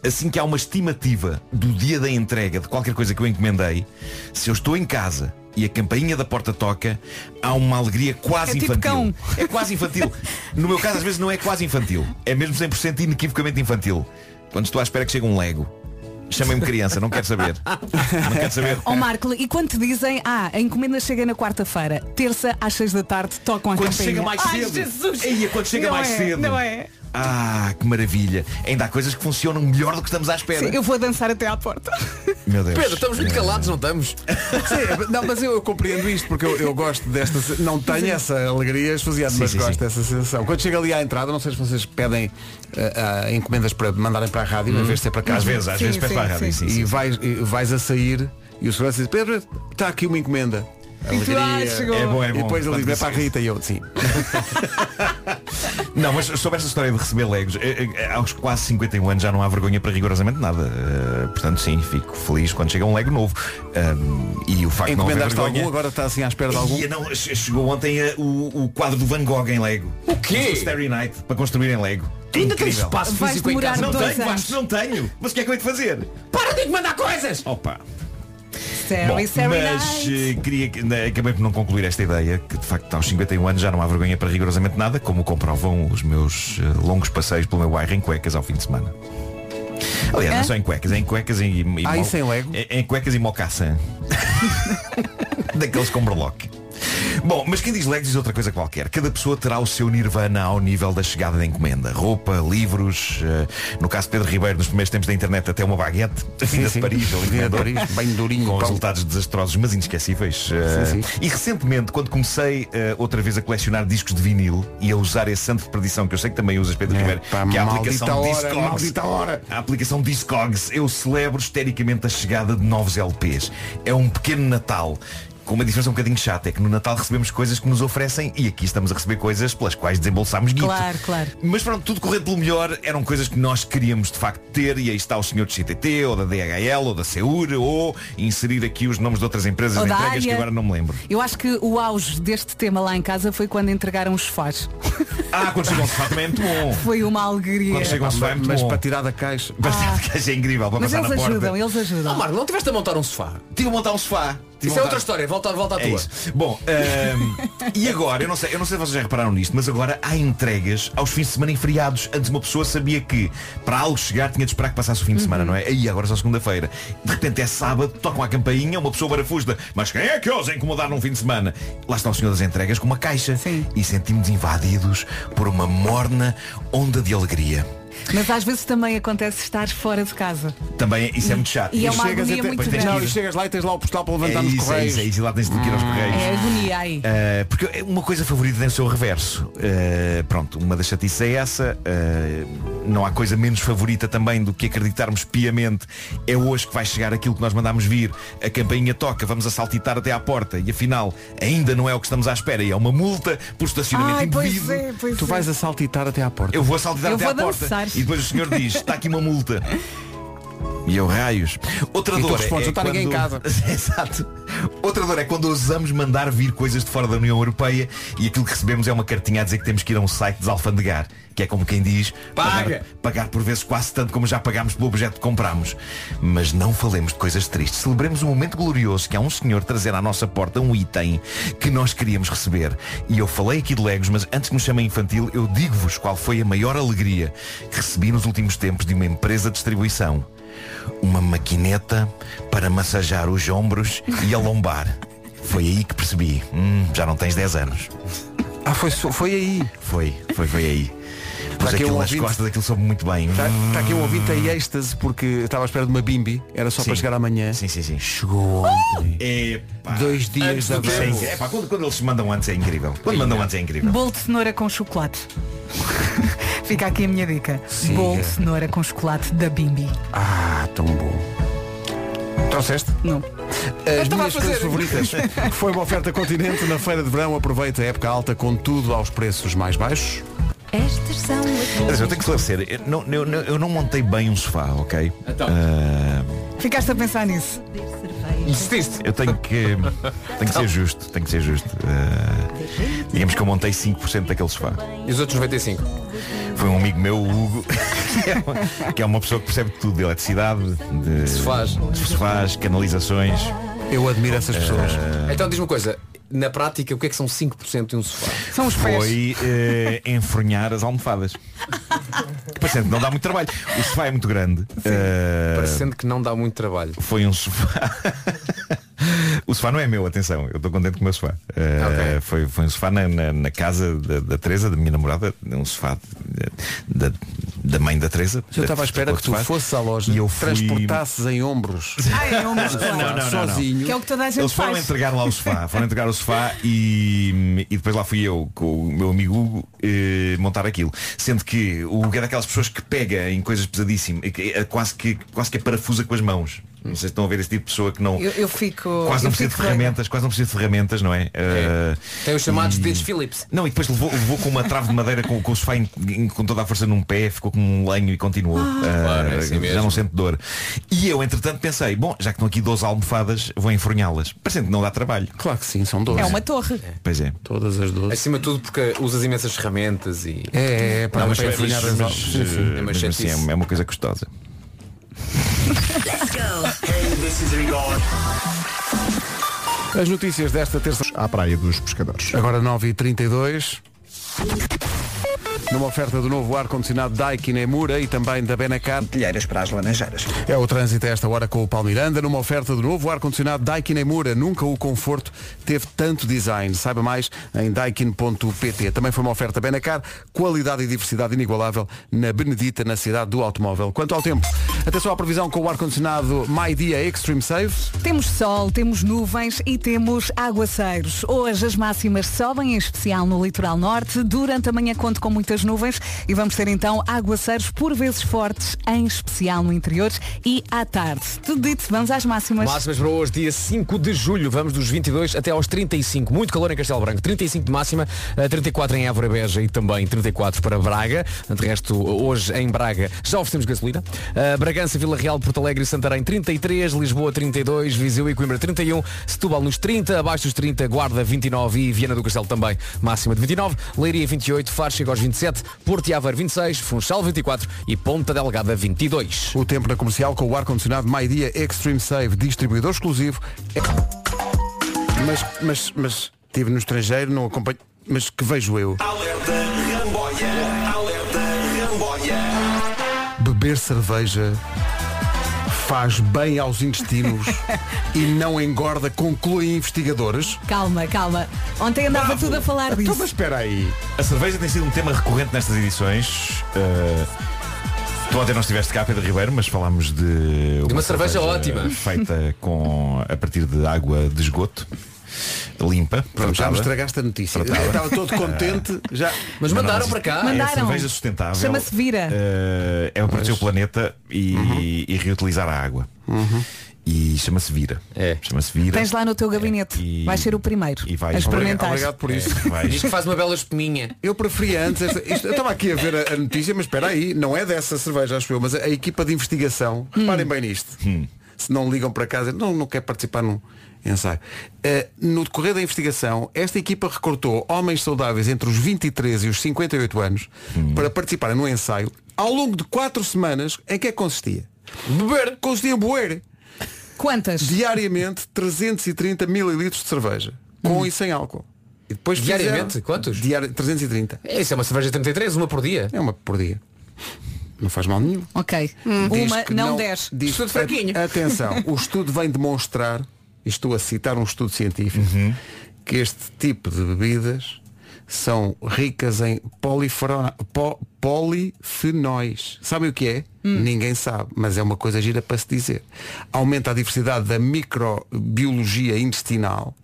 S7: assim que há uma estimativa do dia da entrega de qualquer coisa que eu encomendei, se eu estou em casa e a campainha da porta toca, há uma alegria quase
S4: É tipo
S7: infantil.
S4: cão.
S7: É quase infantil. no meu caso, às vezes não é quase infantil. É mesmo 100% inequivocamente infantil. Quando estou à espera que chegue um Lego. Chamem-me criança, não quero saber. Não quero saber.
S4: Ó Marco, e quando te dizem, ah, a encomenda chega na quarta-feira, terça às seis da tarde, tocam a
S7: Quando
S4: campainha.
S7: chega mais
S4: Ai,
S7: cedo.
S4: Jesus!
S7: Eia, quando chega
S4: Não
S7: mais
S4: é,
S7: cedo.
S4: Não é?
S7: Ah, que maravilha. Ainda há coisas que funcionam melhor do que estamos à espera.
S4: Sim, eu vou dançar até à porta.
S7: Meu Deus.
S2: Pedro, estamos muito
S7: É.
S2: calados, não estamos? Sim, é, não, mas eu, eu compreendo isto porque eu, eu gosto desta. se- Não tenho essa alegria esfaziada,
S7: Sim,
S2: mas
S7: sim,
S2: gosto
S7: sim.
S2: dessa sensação. Quando chega ali à entrada, não sei se vocês pedem ah, ah, encomendas para mandarem para a rádio,
S7: Hum.
S2: em vez de ser para casa.
S7: Às vezes, às Sim, vezes peço sim, para a rádio, sim. sim, sim.
S2: E vais, e vais a sair e o segurança diz, Pedro, está aqui uma encomenda.
S7: E tu, ah, chegou. É bom, é bom.
S2: E depois ele
S7: Quando
S2: diz, é para a
S7: consegues.
S2: Rita e eu, sim.
S7: Não, mas sobre essa história de receber legos, eh, eh, aos quase 51 anos já não há vergonha para rigorosamente nada. Eh, portanto, sim, fico feliz quando chega um lego novo. Ahm, e o facto de não haver
S2: Encomendaste
S7: vergonha...
S2: algum, agora está assim à espera de algum.
S7: Ia, não, che- chegou ontem eh, o, o quadro do Van Gogh em Lego. O quê? Starry Night para construir em Lego.
S13: Ainda tens
S7: Incrível.
S13: espaço Vais físico em demorar casa?
S7: Não
S13: dois
S7: tenho,
S13: anos.
S7: acho que não tenho. Mas o que é que eu hei de fazer?
S13: Para de mandar coisas!
S7: Opa!
S4: Sarah, é
S7: Bom,
S2: é
S4: Sarah
S7: mas
S4: Knight.
S7: eh, queria que- né, acabei por não concluir esta ideia que de facto aos 51 anos já não há vergonha para rigorosamente nada, como comprovam os meus eh, longos passeios pelo meu bairro em cuecas ao fim de semana. Aliás, não
S2: É?
S7: só em cuecas, é em cuecas e, e
S2: Ah,
S7: mo-
S2: isso em Lego?
S7: é- Em cuecas e mocassin. Daqueles com berloque. Bom, mas quem diz Lego diz outra coisa qualquer. Cada pessoa terá o seu nirvana ao nível da chegada da encomenda. Roupa, livros, eh, no caso de Pedro Ribeiro, nos primeiros tempos da internet, até uma baguete, vinda de
S2: sim.
S7: Paris, ele
S2: Vinda de
S7: encomendou.
S2: Paris, bem durinho,
S7: Com
S2: pão.
S7: resultados desastrosos, mas inesquecíveis. Eh,
S2: sim.
S7: E recentemente, quando comecei eh, outra vez a colecionar discos de vinil e a usar esse santo de perdição, que eu sei que também usas, Pedro Ribeiro,
S2: pá,
S7: que é a
S2: maldita
S7: aplicação
S2: hora,
S7: Discogs.
S2: maldita hora.
S7: A aplicação Discogs, eu celebro histericamente a chegada de novos LPs. É um pequeno Natal. Com uma diferença um bocadinho chata, é que no Natal recebemos coisas que nos oferecem e aqui estamos a receber coisas pelas quais desembolsámos guito.
S4: Claro, claro.
S7: Mas pronto, tudo correndo pelo melhor eram coisas que nós queríamos de facto ter e aí está o senhor de CTT ou da DHL ou da Seur ou inserir aqui os nomes de outras empresas
S4: Ou
S7: de
S4: da
S7: entregas que
S4: área.
S7: agora não me lembro.
S4: Eu acho que o auge deste tema lá em casa foi quando entregaram os sofás.
S7: Ah, quando chegam ao sofá também é muito bom.
S4: Foi uma alegria.
S7: Quando chegam ao sofá é muito
S2: Mas
S7: bom.
S2: para tirar da caixa.
S7: Para tirar da caixa é incrível, para
S4: Ah. Mas
S7: passar
S4: eles
S7: na porta.
S4: ajudam, eles ajudam.
S7: Marco,
S13: não tiveste a montar um sofá?
S7: Tive a montar um sofá. Tive a
S13: Isso é
S7: montar-
S13: outra história, volta, volta à
S7: É
S13: tua.
S7: isso. Bom, ahm, e agora, eu não, sei, eu não sei se vocês já repararam nisto, mas agora há entregas aos fins de semana em feriados. Antes uma pessoa sabia que para algo chegar tinha de esperar que passasse o fim de semana,
S4: Uhum.
S7: não é? Aí agora é só segunda-feira. De repente é sábado, tocam a campainha, uma pessoa barafusta. Mas quem é que ousa incomodar num fim de semana? Lá está o senhor das entregas com uma caixa. E sentimos invadidos por uma morna onda de alegria.
S4: Mas às vezes também acontece estar fora de casa.
S7: Também isso é muito chato.
S4: E é uma
S2: chegas,
S4: agonia
S2: até-
S4: muito
S2: Pois tens
S4: grande.
S2: que ir. Não, e chegas lá e tens lá o postal para
S7: É
S2: levantar nos
S7: isso, é
S2: correios.
S7: isso, é isso. E lá tens de ir aos correios.
S4: É agonia aí.
S7: Uh, porque uma coisa favorita tem o seu reverso. Uh, pronto, uma das chatices é essa. Uh, não há coisa menos favorita também do que acreditarmos piamente é hoje que vai chegar aquilo que nós mandámos vir. A campainha toca, vamos a saltitar até à porta e afinal ainda não é o que estamos à espera e é uma multa por estacionamento indevido.
S4: é,
S2: tu vais a saltitar até à porta.
S7: Eu vou a saltitar
S2: é. Eu
S7: até
S2: vou
S7: à porta
S2: dançar.
S7: e depois o senhor diz, está aqui uma multa. E eu raios. Outra
S2: E tu
S7: dor
S2: respondes,
S7: é
S2: não está
S7: quando...
S2: ninguém em casa.
S7: Exato. Outra dor é quando ousamos mandar vir coisas de fora da União Europeia e aquilo que recebemos é uma cartinha a dizer que temos que ir a um site desalfandegar, que é como quem diz,
S13: Paga.
S7: pagar, pagar por vezes quase tanto como já pagámos pelo objeto que comprámos. Mas não falemos de coisas tristes. Celebremos um momento glorioso que é um senhor trazer à nossa porta um item que nós queríamos receber. E eu falei aqui de Legos, mas antes que me chamem infantil, eu digo-vos qual foi a maior alegria que recebi nos últimos tempos de uma empresa de distribuição. uma maquineta para massajar os ombros e a lombar. Foi aí que percebi. Hum, já não tens 10 anos.
S2: Ah, foi, só- foi aí.
S7: Foi, foi, foi aí. Pus
S2: aqui
S7: aquilo
S2: um
S7: nas
S2: ouvinte-
S7: costas, aquilo soube muito bem. Hum.
S2: Está, está aqui um ouvinte em êxtase porque estava à espera de uma bimbi. Era só
S7: Sim.
S2: para chegar amanhã.
S7: Sim, sim, sim.
S2: Chegou ontem.
S7: Epá.
S2: Dois dias
S7: Antes do
S2: da
S7: tempo.
S2: vez.
S7: Sim, sim. Epá, quando, quando eles mandam antes é incrível. Quando mandam antes é incrível.
S4: Bolo de cenoura com chocolate. Fica aqui a minha dica.
S2: Siga.
S4: Bolo de cenoura com chocolate da Bimbi.
S2: Ah, tão bom. Trouxeste?
S4: Não.
S2: As
S4: estava a
S2: minhas coisas
S4: fazer.
S2: favoritas. Foi uma oferta continente na feira de verão. Aproveita a época alta com tudo aos preços mais baixos.
S14: Estas são as
S7: Mas
S14: minhas.
S7: eu tenho que esclarecer, eu não, eu não- eu não montei bem um sofá, ok? Ah,
S4: Ficaste a pensar nisso.
S7: Insististe? Eu tenho que, tenho que ser justo, tenho que ser justo. Eh, digamos que eu montei 5% daquele sofá.
S1: E os outros 95?
S7: Foi um amigo meu, o Hugo, que é uma, que é uma pessoa que percebe tudo de eletricidade, de sofás, de sofás canalizações.
S2: Eu admiro essas pessoas.
S1: Então diz-me uma coisa, na prática o que é que são 5% de um sofá?
S4: São os
S7: Foi eh, enfronhar as almofadas. Que, Parecendo que não dá muito trabalho. O sofá é muito grande. Eh,
S1: Parecendo que não dá muito trabalho.
S7: Foi um sofá. o sofá não é meu, atenção. Eu estou contente com o meu sofá. Eh, foi, foi um sofá na, na- na casa da, da Teresa, da minha namorada, um sofá de- da, da mãe da Teresa.
S2: Eu estava à espera que tu
S7: Sofá.
S2: fosses à loja
S7: E eu fui-
S2: transportasses em ombros.
S4: Ah, é um muscular.
S7: Não, não, não, não.
S2: Sozinho.
S4: Que é o que toda a gente
S7: Eles foram
S4: faz.
S7: entregar lá o sofá, foram Ah, entregar o sofá e, e depois lá fui eu com o meu amigo Hugo eh, montar aquilo. Sendo que o Hugo é daquelas pessoas que pega em coisas pesadíssimas, eh, que- eh, quase que, quase que é parafusa com as mãos. Não sei se estão a ver esse tipo de pessoa que não.
S4: Eu, eu fico.
S7: Quase não precisa
S4: eu
S7: de
S4: fico doida.
S7: ferramentas, quase não precisa de ferramentas, não é? Eh,
S1: Tem os chamados
S7: e-
S1: dedos Phillips.
S7: Não, e depois levou, levou com uma trave de madeira com, com o sofá em- em- com toda a força num pé, ficou com um lenho e continuou. Ah,
S1: Claro, é assim
S7: já
S1: mesmo.
S7: não sente dor. E eu, entretanto, pensei, bom, já que estão aqui 12 almofadas, vou enfronhá-las. Parecendo que não dá trabalho.
S2: Claro que sim, são dois.
S4: É uma torre.
S7: Pois é.
S2: Todas as duas.
S1: Acima de tudo porque usas imensas ferramentas e.
S2: É, é, pá,
S1: Não, mas
S2: para
S1: é
S2: enfiar
S1: fixe,
S2: as
S1: mas,
S2: sim, sim.
S1: eh,
S7: Eh,
S1: é uma
S7: mesmo assim,
S1: chatice.
S7: é uma coisa gostosa.
S2: As notícias desta terça
S9: à Praia dos Pescadores.
S2: Agora 9h32. Numa oferta do novo ar-condicionado Daikin Emura e também da Benacar.
S3: Telheiras para as laranjeiras.
S2: É o trânsito a esta hora com o Paulo Miranda. Numa oferta do novo ar-condicionado Daikin Emura. Nunca o conforto teve tanto design. Saiba mais em daikin.pt. Também foi uma oferta Benacar. Qualidade e diversidade inigualável na Benedita, na cidade do automóvel. Quanto ao tempo, atenção à previsão com o ar-condicionado My Dia Extreme Save.
S4: Temos sol, temos nuvens e temos aguaceiros. Hoje as máximas sobem, em especial no litoral norte. Durante a manhã conto com muitas nuvens e vamos ter então aguaceiros por vezes fortes, em especial no interior e à tarde. Tudo dito, vamos às máximas.
S1: Máximas para hoje, dia 5 de julho. Vamos dos 22 até aos 35. Muito calor em Castelo Branco. 35 de máxima, eh, 34 em Évora e Beja e também 34 para Braga. De resto, hoje em Braga já oferecemos gasolina. Eh, Bragança, Vila Real, Porto Alegre e Santarém 33, Lisboa 32, Viseu e Coimbra 31, Setúbal nos 30, abaixo dos 30, Guarda 29 e Viana do Castelo também máxima de 29, Leiria 28, Faro chega aos 27, Porto e Aveiro 26, Funchal 24 e Ponta Delgada 22.
S2: O tempo na comercial com o ar-condicionado My Dia Extreme Save, distribuidor exclusivo. É- Mas, mas, mas, estive no estrangeiro, não acompanho. Mas que vejo eu? Beber cerveja faz bem aos intestinos e não engorda, concluem investigadores.
S4: Calma, calma. Ontem andava tudo a falar disso.
S2: Então, espera aí.
S7: A cerveja tem sido um tema recorrente nestas edições. Eh, tu ontem não estiveste cá, Pedro Ribeiro, mas falámos de uma,
S1: uma cerveja ótima.
S7: Feita com, a partir de água de esgoto, limpa.
S2: Pronto, já
S7: tratada.
S2: me estragaste a notícia.
S7: Tratada.
S2: Eu estava todo contente. Já...
S1: Mas
S7: Não,
S1: mandaram
S7: não,
S1: para cá.
S7: É
S4: Mandaram.
S7: cerveja sustentável.
S4: Chama-se Vira.
S7: Eh, é para o seu planeta e,
S2: Uhum.
S7: e reutilizar a água. E chama-se Vira.
S1: É.
S7: Chama-se Vira. É,
S4: Tens lá no teu gabinete.
S7: E-
S4: Vais ser o primeiro
S7: e vais-
S4: a experimentar.
S2: Obrigado por isso.
S1: Diz
S7: Vais-
S1: que faz uma bela espuminha.
S2: Eu preferia antes. esta- isto- eu estava aqui a ver a, a notícia, mas espera aí, não é dessa cerveja, acho eu, mas a, a equipa de investigação, reparem bem nisto. Se não ligam para casa, não, não quer participar num ensaio. Eh, no decorrer da investigação, esta equipa recortou homens saudáveis entre os 23 e os 58 anos para participarem num ensaio ao longo de quatro semanas em que é que consistia? Beber! Consistia em beber
S4: Quantas?
S2: diariamente 330 mililitros de cerveja, com e sem álcool. E depois fizeram-
S1: Diariamente? Quantos?
S2: Diari- 330.
S1: É, Isso é uma cerveja de 33, uma por dia.
S2: É uma por dia. Não faz mal nenhum.
S4: Ok.
S2: Diz
S4: Uma,
S2: que
S4: não, dez.
S2: diz- a- Atenção, o estudo vem demonstrar, e estou a citar um estudo científico, que este tipo de bebidas são ricas em polifrona- po- polifenóis. Sabem o que é?
S4: Hum.
S2: Ninguém sabe, mas é uma coisa gira para se dizer. Aumenta a diversidade da microbiologia intestinal.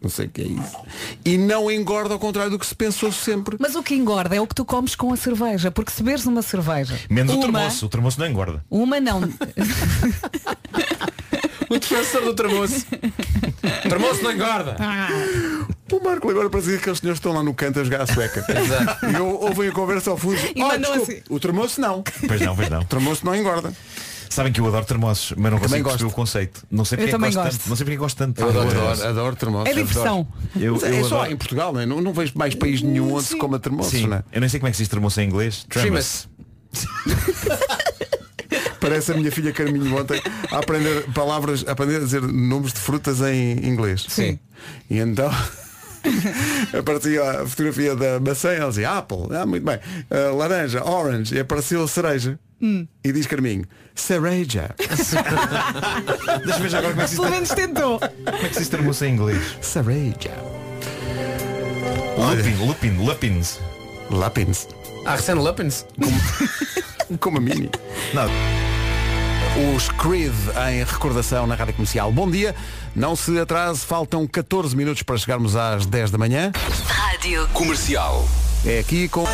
S2: Não sei o que é isso. E não engorda ao contrário do que se pensou sempre.
S4: Mas o que engorda é o que tu comes com a cerveja, porque se beberes uma cerveja.
S7: Menos o
S4: uma,
S7: termoço. O termoço não engorda.
S4: Uma não.
S1: o defensor do termoço. termoço não engorda.
S4: Ah.
S2: O Marco agora parecia que aqueles senhores que estão lá no canto a jogar a sueca.
S1: Exato.
S2: E eu- ouvem a conversa ao fundo.
S4: E
S2: "Oh,
S4: mandam
S2: desculpe,
S4: assim."
S2: O termoço não.
S7: Pois não, pois não.
S2: Termoço não engorda.
S7: Sabem que eu adoro termoços, mas não
S2: Também
S7: consigo perceber
S2: gosto.
S7: o conceito. Não sei
S2: Eu
S7: porque é que
S2: também
S7: gosto
S2: gosto.
S7: tanto. Não sei porque é que gosto tanto.
S2: Eu adoro, adoro, Ah, adoro termoços.
S4: É diversão.
S2: adoro.
S7: Eu-
S2: Mas é
S7: eu
S2: só
S7: adoro.
S2: em Portugal, não é? Não, não vejo mais país nenhum onde se coma termoços,
S7: Sim.
S2: não é?
S7: Eu nem sei como é que se diz termoço em inglês. Tramas.
S2: Parece a minha filha Carminho ontem a aprender palavras, a aprender a dizer nomes de frutas em inglês. Sim. E então. Aparecia a fotografia da maçã, ela dizia Apple, ah, muito bem, Ah, laranja, orange, e apareceu a cereja.
S4: Hum.
S2: E diz Carminho, cereja.
S7: Deixa-me ver já agora como é que se diz.
S4: Pelo menos tentou.
S7: Como é que se diz termoço em inglês?
S2: Cereja.
S7: Lupin, lupin, lupins.
S2: Lapins.
S1: Ah, recém Lupins?
S2: Como a mini. Os Creed em recordação na Rádio Comercial. Bom dia, não se atrase, faltam 14 minutos para chegarmos às 10 da manhã.
S15: Rádio Comercial.
S2: É aqui com.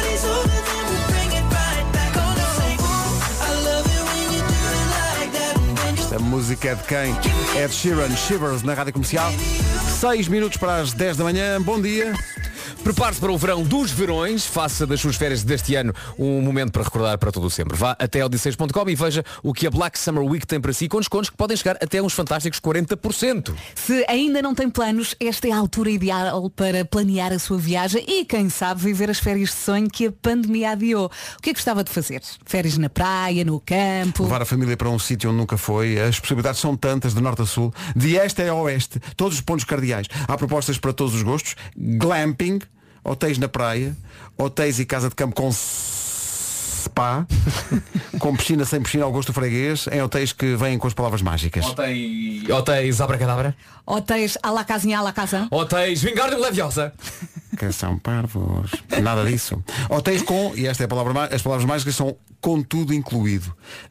S2: A música é de quem? Ed Sheeran Shivers na Rádio Comercial. 6 minutos para as 10 da manhã. Bom dia.
S1: Prepare-se para o verão dos verões, faça das suas férias deste ano um momento para recordar para todo o sempre. Vá até odisseis.com e veja o que a Black Summer Week tem para si com descontos que podem chegar até uns fantásticos 40%.
S4: Se ainda não tem planos, esta é a altura ideal para planear a sua viagem e, quem sabe, viver as férias de sonho que a pandemia adiou. O que é que gostava de fazer? Férias na praia, no campo?
S2: Levar a família para um sítio onde nunca foi. As possibilidades são tantas, de norte a sul, de este a oeste, todos os pontos cardeais. Há propostas para todos os gostos. Glamping, hotéis na praia, hotéis e casa de campo com spa, com piscina sem piscina ao gosto do freguês, em hotéis que vêm com as palavras mágicas.
S1: Hotéis. Hotéis Abracadabra.
S4: Hotéis à la casinha, à la casa?
S1: Hotéis Vingardium Leviosa.
S2: Que são parvos. Nada disso. Hotéis com, e esta é a palavra, má- as palavras mágicas são com tudo incluído.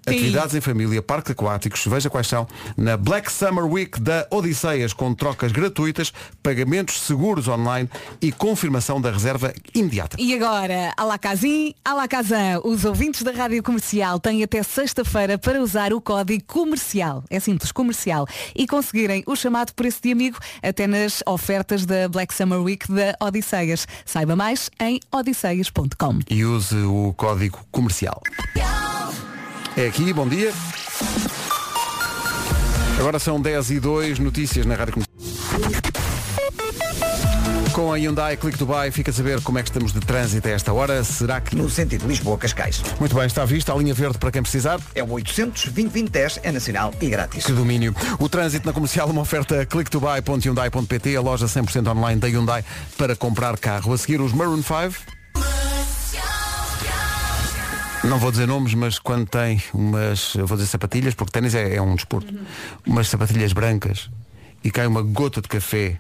S4: Sim.
S2: Atividades em família, parques aquáticos, veja quais são, na Black Summer Week da Odisseias, com trocas gratuitas, pagamentos seguros online e confirmação da reserva imediata.
S4: E agora, à la casinha, à la casa. Os ouvintes da Rádio Comercial têm até sexta-feira para usar o código comercial. É simples, comercial. E conseguirem o chamado preço de amigo até nas ofertas da Black Summer Week da Odisseias. Saiba mais em odisseias.com.
S2: E use o código comercial. É aqui, bom dia. Agora são 10 e 2 notícias na Rádio Comercial. Com a Hyundai Click Dubai fica a saber como é que estamos de trânsito a esta hora. Será que...
S3: No sentido Lisboa-Cascais.
S2: Muito bem, está vista a linha verde para quem precisar.
S3: É o 800 2010 é nacional e grátis.
S2: Que domínio. O trânsito na comercial, uma oferta clicktobuy.hyundai.pt, a loja 100% online da Hyundai para comprar carro. A seguir os Maroon 5. Não vou dizer nomes, mas quando tem umas, eu vou dizer sapatilhas, porque ténis é, é um desporto, umas sapatilhas brancas e cai uma gota de café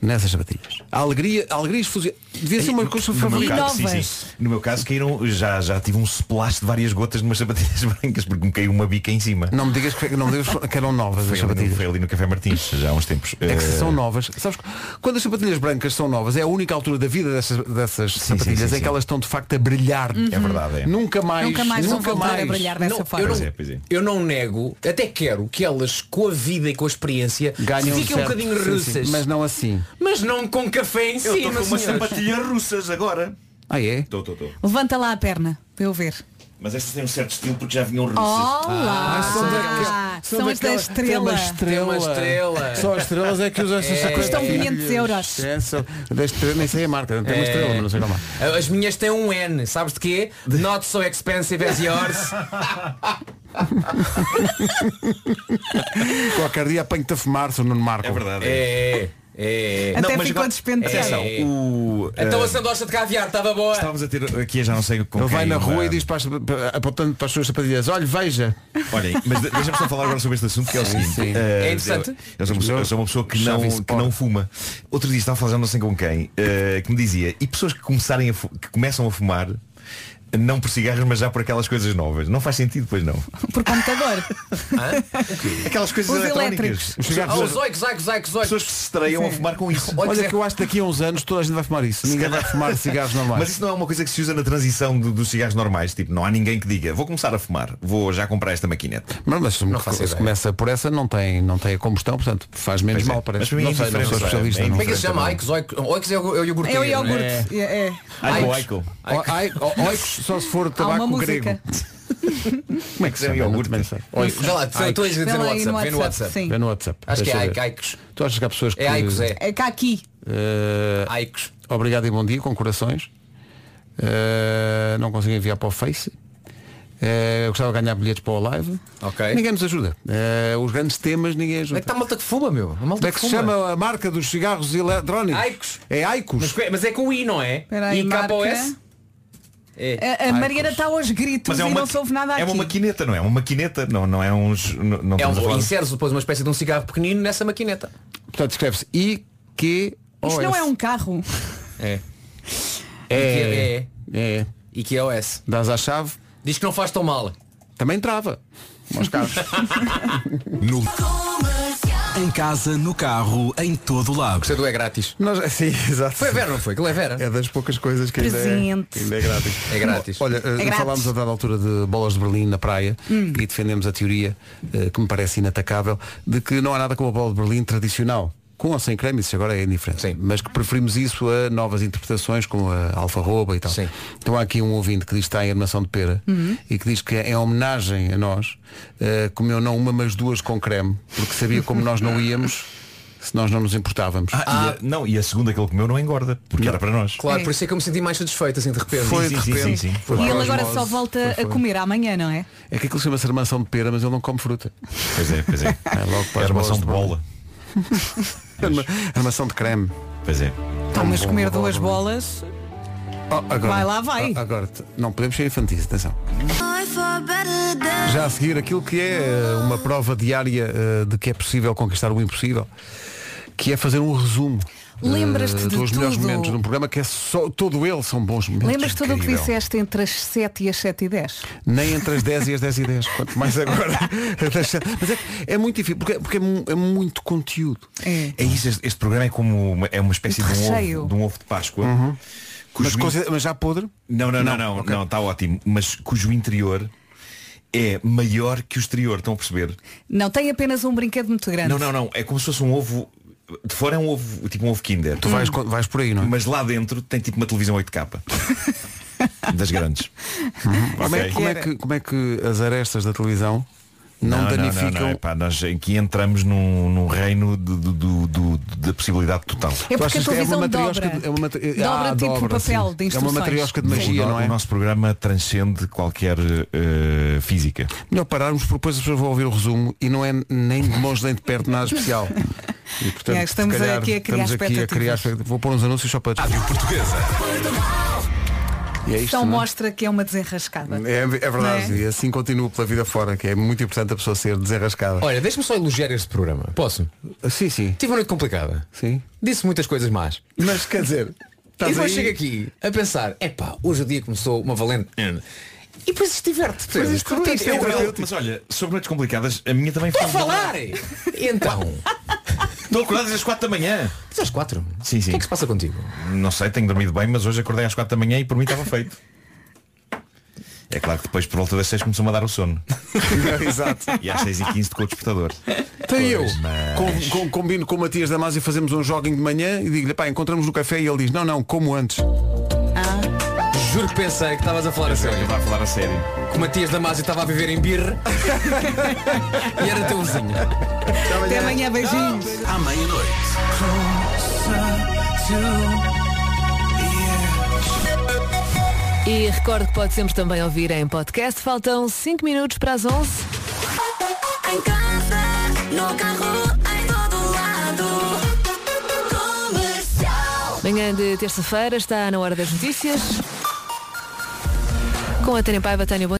S2: nessas sapatilhas. A alegria, a alegria esfusia. Devia ser uma coisa
S7: No meu
S2: favorita.
S7: caso, sim, sim. No meu caso caíram, já, já tive um splash de várias gotas de umas sapatilhas brancas porque me caiu uma bica em cima.
S2: Não me digas que, não me digas que eram novas as
S7: Foi ali, no,
S2: sapatilhas.
S7: foi ali no Café Martins, já há uns tempos.
S2: É que se
S7: Eh,
S2: são novas. Sabes, quando as sapatilhas brancas são novas, é a única altura da vida dessas, dessas sapatilhas
S7: sim,
S2: é
S7: sim.
S2: que elas estão de facto a brilhar.
S7: É verdade, é.
S2: Nunca mais.
S4: Nunca mais vão voltar a brilhar dessa
S1: Não,
S4: forma.
S1: Eu não,
S7: Pois é, pois é.
S1: eu não nego, até quero que elas, com a vida e com a experiência,
S2: Ganham
S1: fiquem um
S2: certo-
S1: bocadinho
S2: sim, sim,
S1: russas.
S2: mas não assim.
S1: Mas não com café em
S7: Eu
S1: cima,
S7: estou com umas
S1: senhores.
S7: sapatilhas russas agora.
S2: Ah, é?
S7: Estou, estou, estou.
S4: Levanta lá a perna, para eu ver.
S7: Mas estas têm um certo estilo porque já vinham russas.
S4: Olá! Ah, são as da estrela.
S2: Só as estrelas é que usam essas
S1: É.
S2: sapatilhas.
S1: Custam
S4: 500 euros.
S2: É, só- da estrela, nem sei a marca, não tem uma
S1: É.
S2: estrela, mas não sei como é.
S1: As minhas têm um N, sabes de quê? Not so expensive as yours.
S2: Qualquer dia apanho-te a fumar, sou Nuno Marco.
S1: É verdade. É. É.
S4: Até
S7: mas
S4: ficou
S7: agora-
S4: despenteado.
S7: Atenção,
S4: É.
S7: o,
S13: Então
S7: eh,
S13: a sandosta de caviar estava boa.
S7: Estávamos a ter aqui, eu já não sei com
S2: Ele vai
S7: quem,
S2: na rua
S7: uma-
S2: e diz para as, para- apontando para as suas sapadilhas, olha, veja.
S7: Olhem, mas de- deixa-me só falar agora sobre este assunto que é o
S2: Sim,
S7: seguinte.
S2: sim.
S7: eh,
S2: É interessante.
S7: Eu, eu sou uma pessoa, eu sou uma pessoa que, não,
S2: Chaves
S7: que não fuma. Outro dia estava falando assim com quem, eh, que me dizia, e pessoas que, começarem a fu- que começam a fumar, não por cigarros, mas já por aquelas coisas novas. Não faz sentido, pois não.
S4: Por computador.
S7: Aquelas coisas
S4: Os
S7: eletrónicas.
S4: elétricos.
S7: Os cigarros-
S13: Ah, os oicos, oicos, oicos, oicos.
S7: Pessoas que se estreiam a fumar com isso.
S2: Olha,
S7: Olha,
S2: que eu acho que daqui a uns anos toda a gente vai fumar isso. Ninguém vai fumar cigarros normais.
S7: Mas isso não é uma coisa que se usa na transição do- dos cigarros normais. Tipo, não há ninguém que diga, vou começar a fumar, vou já comprar esta maquineta.
S2: Mas, mas se,
S7: Não
S2: se
S7: faço ideia.
S2: começa por essa, não tem, não tem a combustão, portanto faz menos
S7: Pois é.
S2: mal, parece.
S7: Mas para mim
S2: não
S7: é
S2: sei, não sou
S7: indiferente,
S2: especialista.
S7: é
S2: não
S13: Como é que
S2: sei.
S13: se chama? Oicos, oicos. Oicos é o é o iogurte.
S4: É o iogurte. É. é.
S7: Aico,
S2: Oicos.
S7: aico.
S2: O- ai- o- Oicos, só se for
S4: Há
S2: tabaco
S4: uma
S2: grego.
S4: música.
S2: Como é que se chama? Não também sei. Oicos.
S1: Vê lá, estou a dizer
S4: Vê
S1: no
S4: lá aí no
S1: WhatsApp, vê no
S4: WhatsApp,
S1: WhatsApp.
S4: sim.
S2: Vê no WhatsApp.
S1: Acho que é
S2: Deixa
S1: aico,
S2: ver.
S1: aicos.
S2: Tu achas que há pessoas que.
S1: É Aicos, é.
S4: É cá aqui.
S2: Eh,
S1: Aicos.
S2: Obrigado e bom dia, com corações. Eh, não consigo enviar para o Face. Eh, eu gostava de ganhar bilhetes para o live.
S1: Ok.
S2: Ninguém nos ajuda. Eh, os grandes temas ninguém ajuda.
S1: Onde é que está a malta que fuma, meu? A malta
S2: Como é que se chama a marca dos cigarros eletrónicos?
S1: Aicos.
S2: É Aicos.
S1: Mas, que- mas é com I, não é?
S4: Espera aí,
S1: I
S4: marca.
S1: KOS? É.
S4: A, a Mariana está aos gritos
S7: Mas é
S4: e
S7: uma-
S4: não soube nada aqui.
S7: É uma maquineta, não é? Uma maquineta, não, não é uns. Não, não
S1: É
S7: estamos a
S1: um,
S7: falar-
S1: inseres depois uma espécie de um cigarro pequenino nessa maquineta.
S2: Portanto, escreve-se I, Q, O.
S4: Isto não é um carro.
S1: É.
S2: É. É.
S1: E que é OS.
S2: Dás à chave,
S1: Diz que não faz tão mal.
S2: também trava. Aos carros.
S16: No... Em casa, no carro, em todo lado.
S1: Gostei do é grátis.
S2: Nós, sim, exato.
S1: Foi Vera, não foi? Que é Vera.
S2: É das poucas coisas que ainda
S4: Presente.
S2: é, ainda é grátis.
S1: É grátis.
S2: Olha, eh,
S4: grátis. Hum.
S2: falámos a dada altura de bolas de Berlim na praia e defendemos a teoria, eh, que me parece inatacável, de que não há nada como a bola de Berlim tradicional. Com ou sem creme, isso agora é indiferente. Mas que preferimos isso a novas interpretações, como a alfarroba e tal. Então há aqui um ouvinte que diz que está em armação de pera
S17: Uhum.
S2: e que diz que em homenagem a nós, eh, comeu não uma, mas duas com creme, porque sabia como nós não íamos se nós não nos importávamos.
S7: Ah, e a- não, e a segunda que ele comeu não engorda, porque era para nós.
S1: Claro, por isso é que eu me senti mais satisfeito assim de repente.
S2: Foi
S7: Sim,
S2: de
S7: sim,
S2: repente.
S7: sim, sim.
S2: Foi
S4: E
S2: por
S4: ele agora
S2: osmose.
S4: só volta
S2: Foi, foi.
S4: a comer amanhã, não é?
S2: É que aquilo chama-se armação de pera, mas ele não come fruta.
S7: Pois é, pois é.
S2: É logo para
S7: É
S2: as
S7: armação
S2: bolas
S7: de bola.
S2: Arma- Armação de creme.
S7: Pois é.
S4: Então, mas comer duas bolas.
S2: Oh, agora,
S4: Vai lá, vai.
S2: Oh, Agora, t- não podemos ser infantis, atenção. Já a seguir, aquilo que é eh, uma prova diária eh, de que é possível conquistar o impossível, que é fazer um resumo. eh,
S4: Lembras-te de
S2: dos melhores
S4: tudo.
S2: momentos de um programa que é só todo ele são bons momentos.
S4: Lembras tudo o que
S2: Incrível.
S4: disseste entre as 7 e as 7 e 10?
S2: Nem entre as 10 e as 10 e 10. Quanto mais agora. deixa- Mas é, que é muito difícil, porque, porque é, mu- é muito conteúdo.
S7: É isso, este, este programa é como uma, é uma espécie de
S4: Muito
S7: um,
S4: recheio.
S7: ovo, de um ovo de Páscoa.
S2: Uhum. Mas,
S7: cujo in-
S2: considera- mas já podre?
S7: Não, não, não, não, não, está ótimo. Mas cujo interior é maior que o exterior, estão a perceber?
S4: Não, tem apenas um brinquedo muito grande.
S7: Não, não, não. É como se fosse um ovo. De fora é um ovo, tipo um ovo Kinder.
S2: Tu vais, vais por aí, não é?
S7: Mas lá dentro tem tipo uma televisão 8K. das grandes.
S2: Como, é,
S7: Ok.
S2: como é que, como é que as arestas da televisão não, é danificam?
S7: não, epá, nós aqui entramos num, num reino do- do- do- do- da possibilidade total.
S4: É
S2: Tu
S4: porque a
S2: achas que é uma
S4: televisão
S2: matriosca
S4: dobra.
S2: de- é uma matri-
S4: Dobra
S2: Ah,
S4: tipo
S2: dobra,
S4: papel
S2: sim.
S4: de
S2: É uma
S4: instruções.
S2: matriosca de magia,
S7: o, no-
S2: não é?
S7: o nosso programa transcende qualquer eh, física.
S2: Melhor pararmos, porque depois as pessoas vão ouvir o resumo e não é nem de longe nem de perto nada especial. E, portanto,
S4: É, estamos
S2: se calhar,
S4: aqui a criar
S2: estamos aqui a
S4: expectativas.
S2: criar expectativas. Vou pôr uns anúncios só para Rádio Portuguesa. E é isto,
S4: Então
S2: não é?
S4: mostra que é uma desenrascada.
S2: É, é verdade,
S4: Não é?
S2: e assim continua pela vida fora, que é muito importante a pessoa ser desenrascada.
S1: Olha, deixa-me só elogiar este programa. Posso?
S2: Sim, sim.
S1: Tive uma noite complicada.
S2: Sim.
S1: Disse muitas coisas más.
S2: Mas quer dizer,
S1: E
S2: estás
S1: depois
S2: aí-
S1: chego aqui a pensar, epá, hoje o dia começou uma valente. E depois isto diverte. percebes?
S2: isto-
S1: Portanto,
S2: isto é
S1: eu-
S2: um
S1: eu-
S2: relativo.
S7: Mas olha, sobre noites complicadas, a minha também
S1: Estou
S7: foi.
S1: a falar! Então.
S7: Estou acordado às 4 da manhã.
S1: Mas às quatro.
S7: Sim, sim.
S1: O que é que se passa contigo?
S7: Não sei, tenho dormido bem, mas hoje acordei às 4 da manhã e por mim estava feito. É claro que depois por volta das 6 começou-me a dar o sono.
S2: Exato.
S7: E às 6 e 15 tocou o despertador.
S2: Então eu
S7: mas-
S2: com- com- combino com o Matias Damasio e fazemos um joguinho de manhã e digo-lhe, pá, encontramos no café e ele diz, não, não, como antes.
S1: Juro que pensei que estavas a falar a sério.
S7: Estava a falar a sério.
S1: Que o Matias Damasio estava a viver em birra. e era teu vizinho.
S4: Até amanhã, beijinhos.
S16: À meia-noite.
S18: E recordo que pode sempre também ouvir em podcast. Faltam 5 minutos para as 11.
S14: Em casa, no carro, em todo lado.
S18: manhã de terça-feira está na hora das notícias. Com a Terem Paiva, Tânia Boa-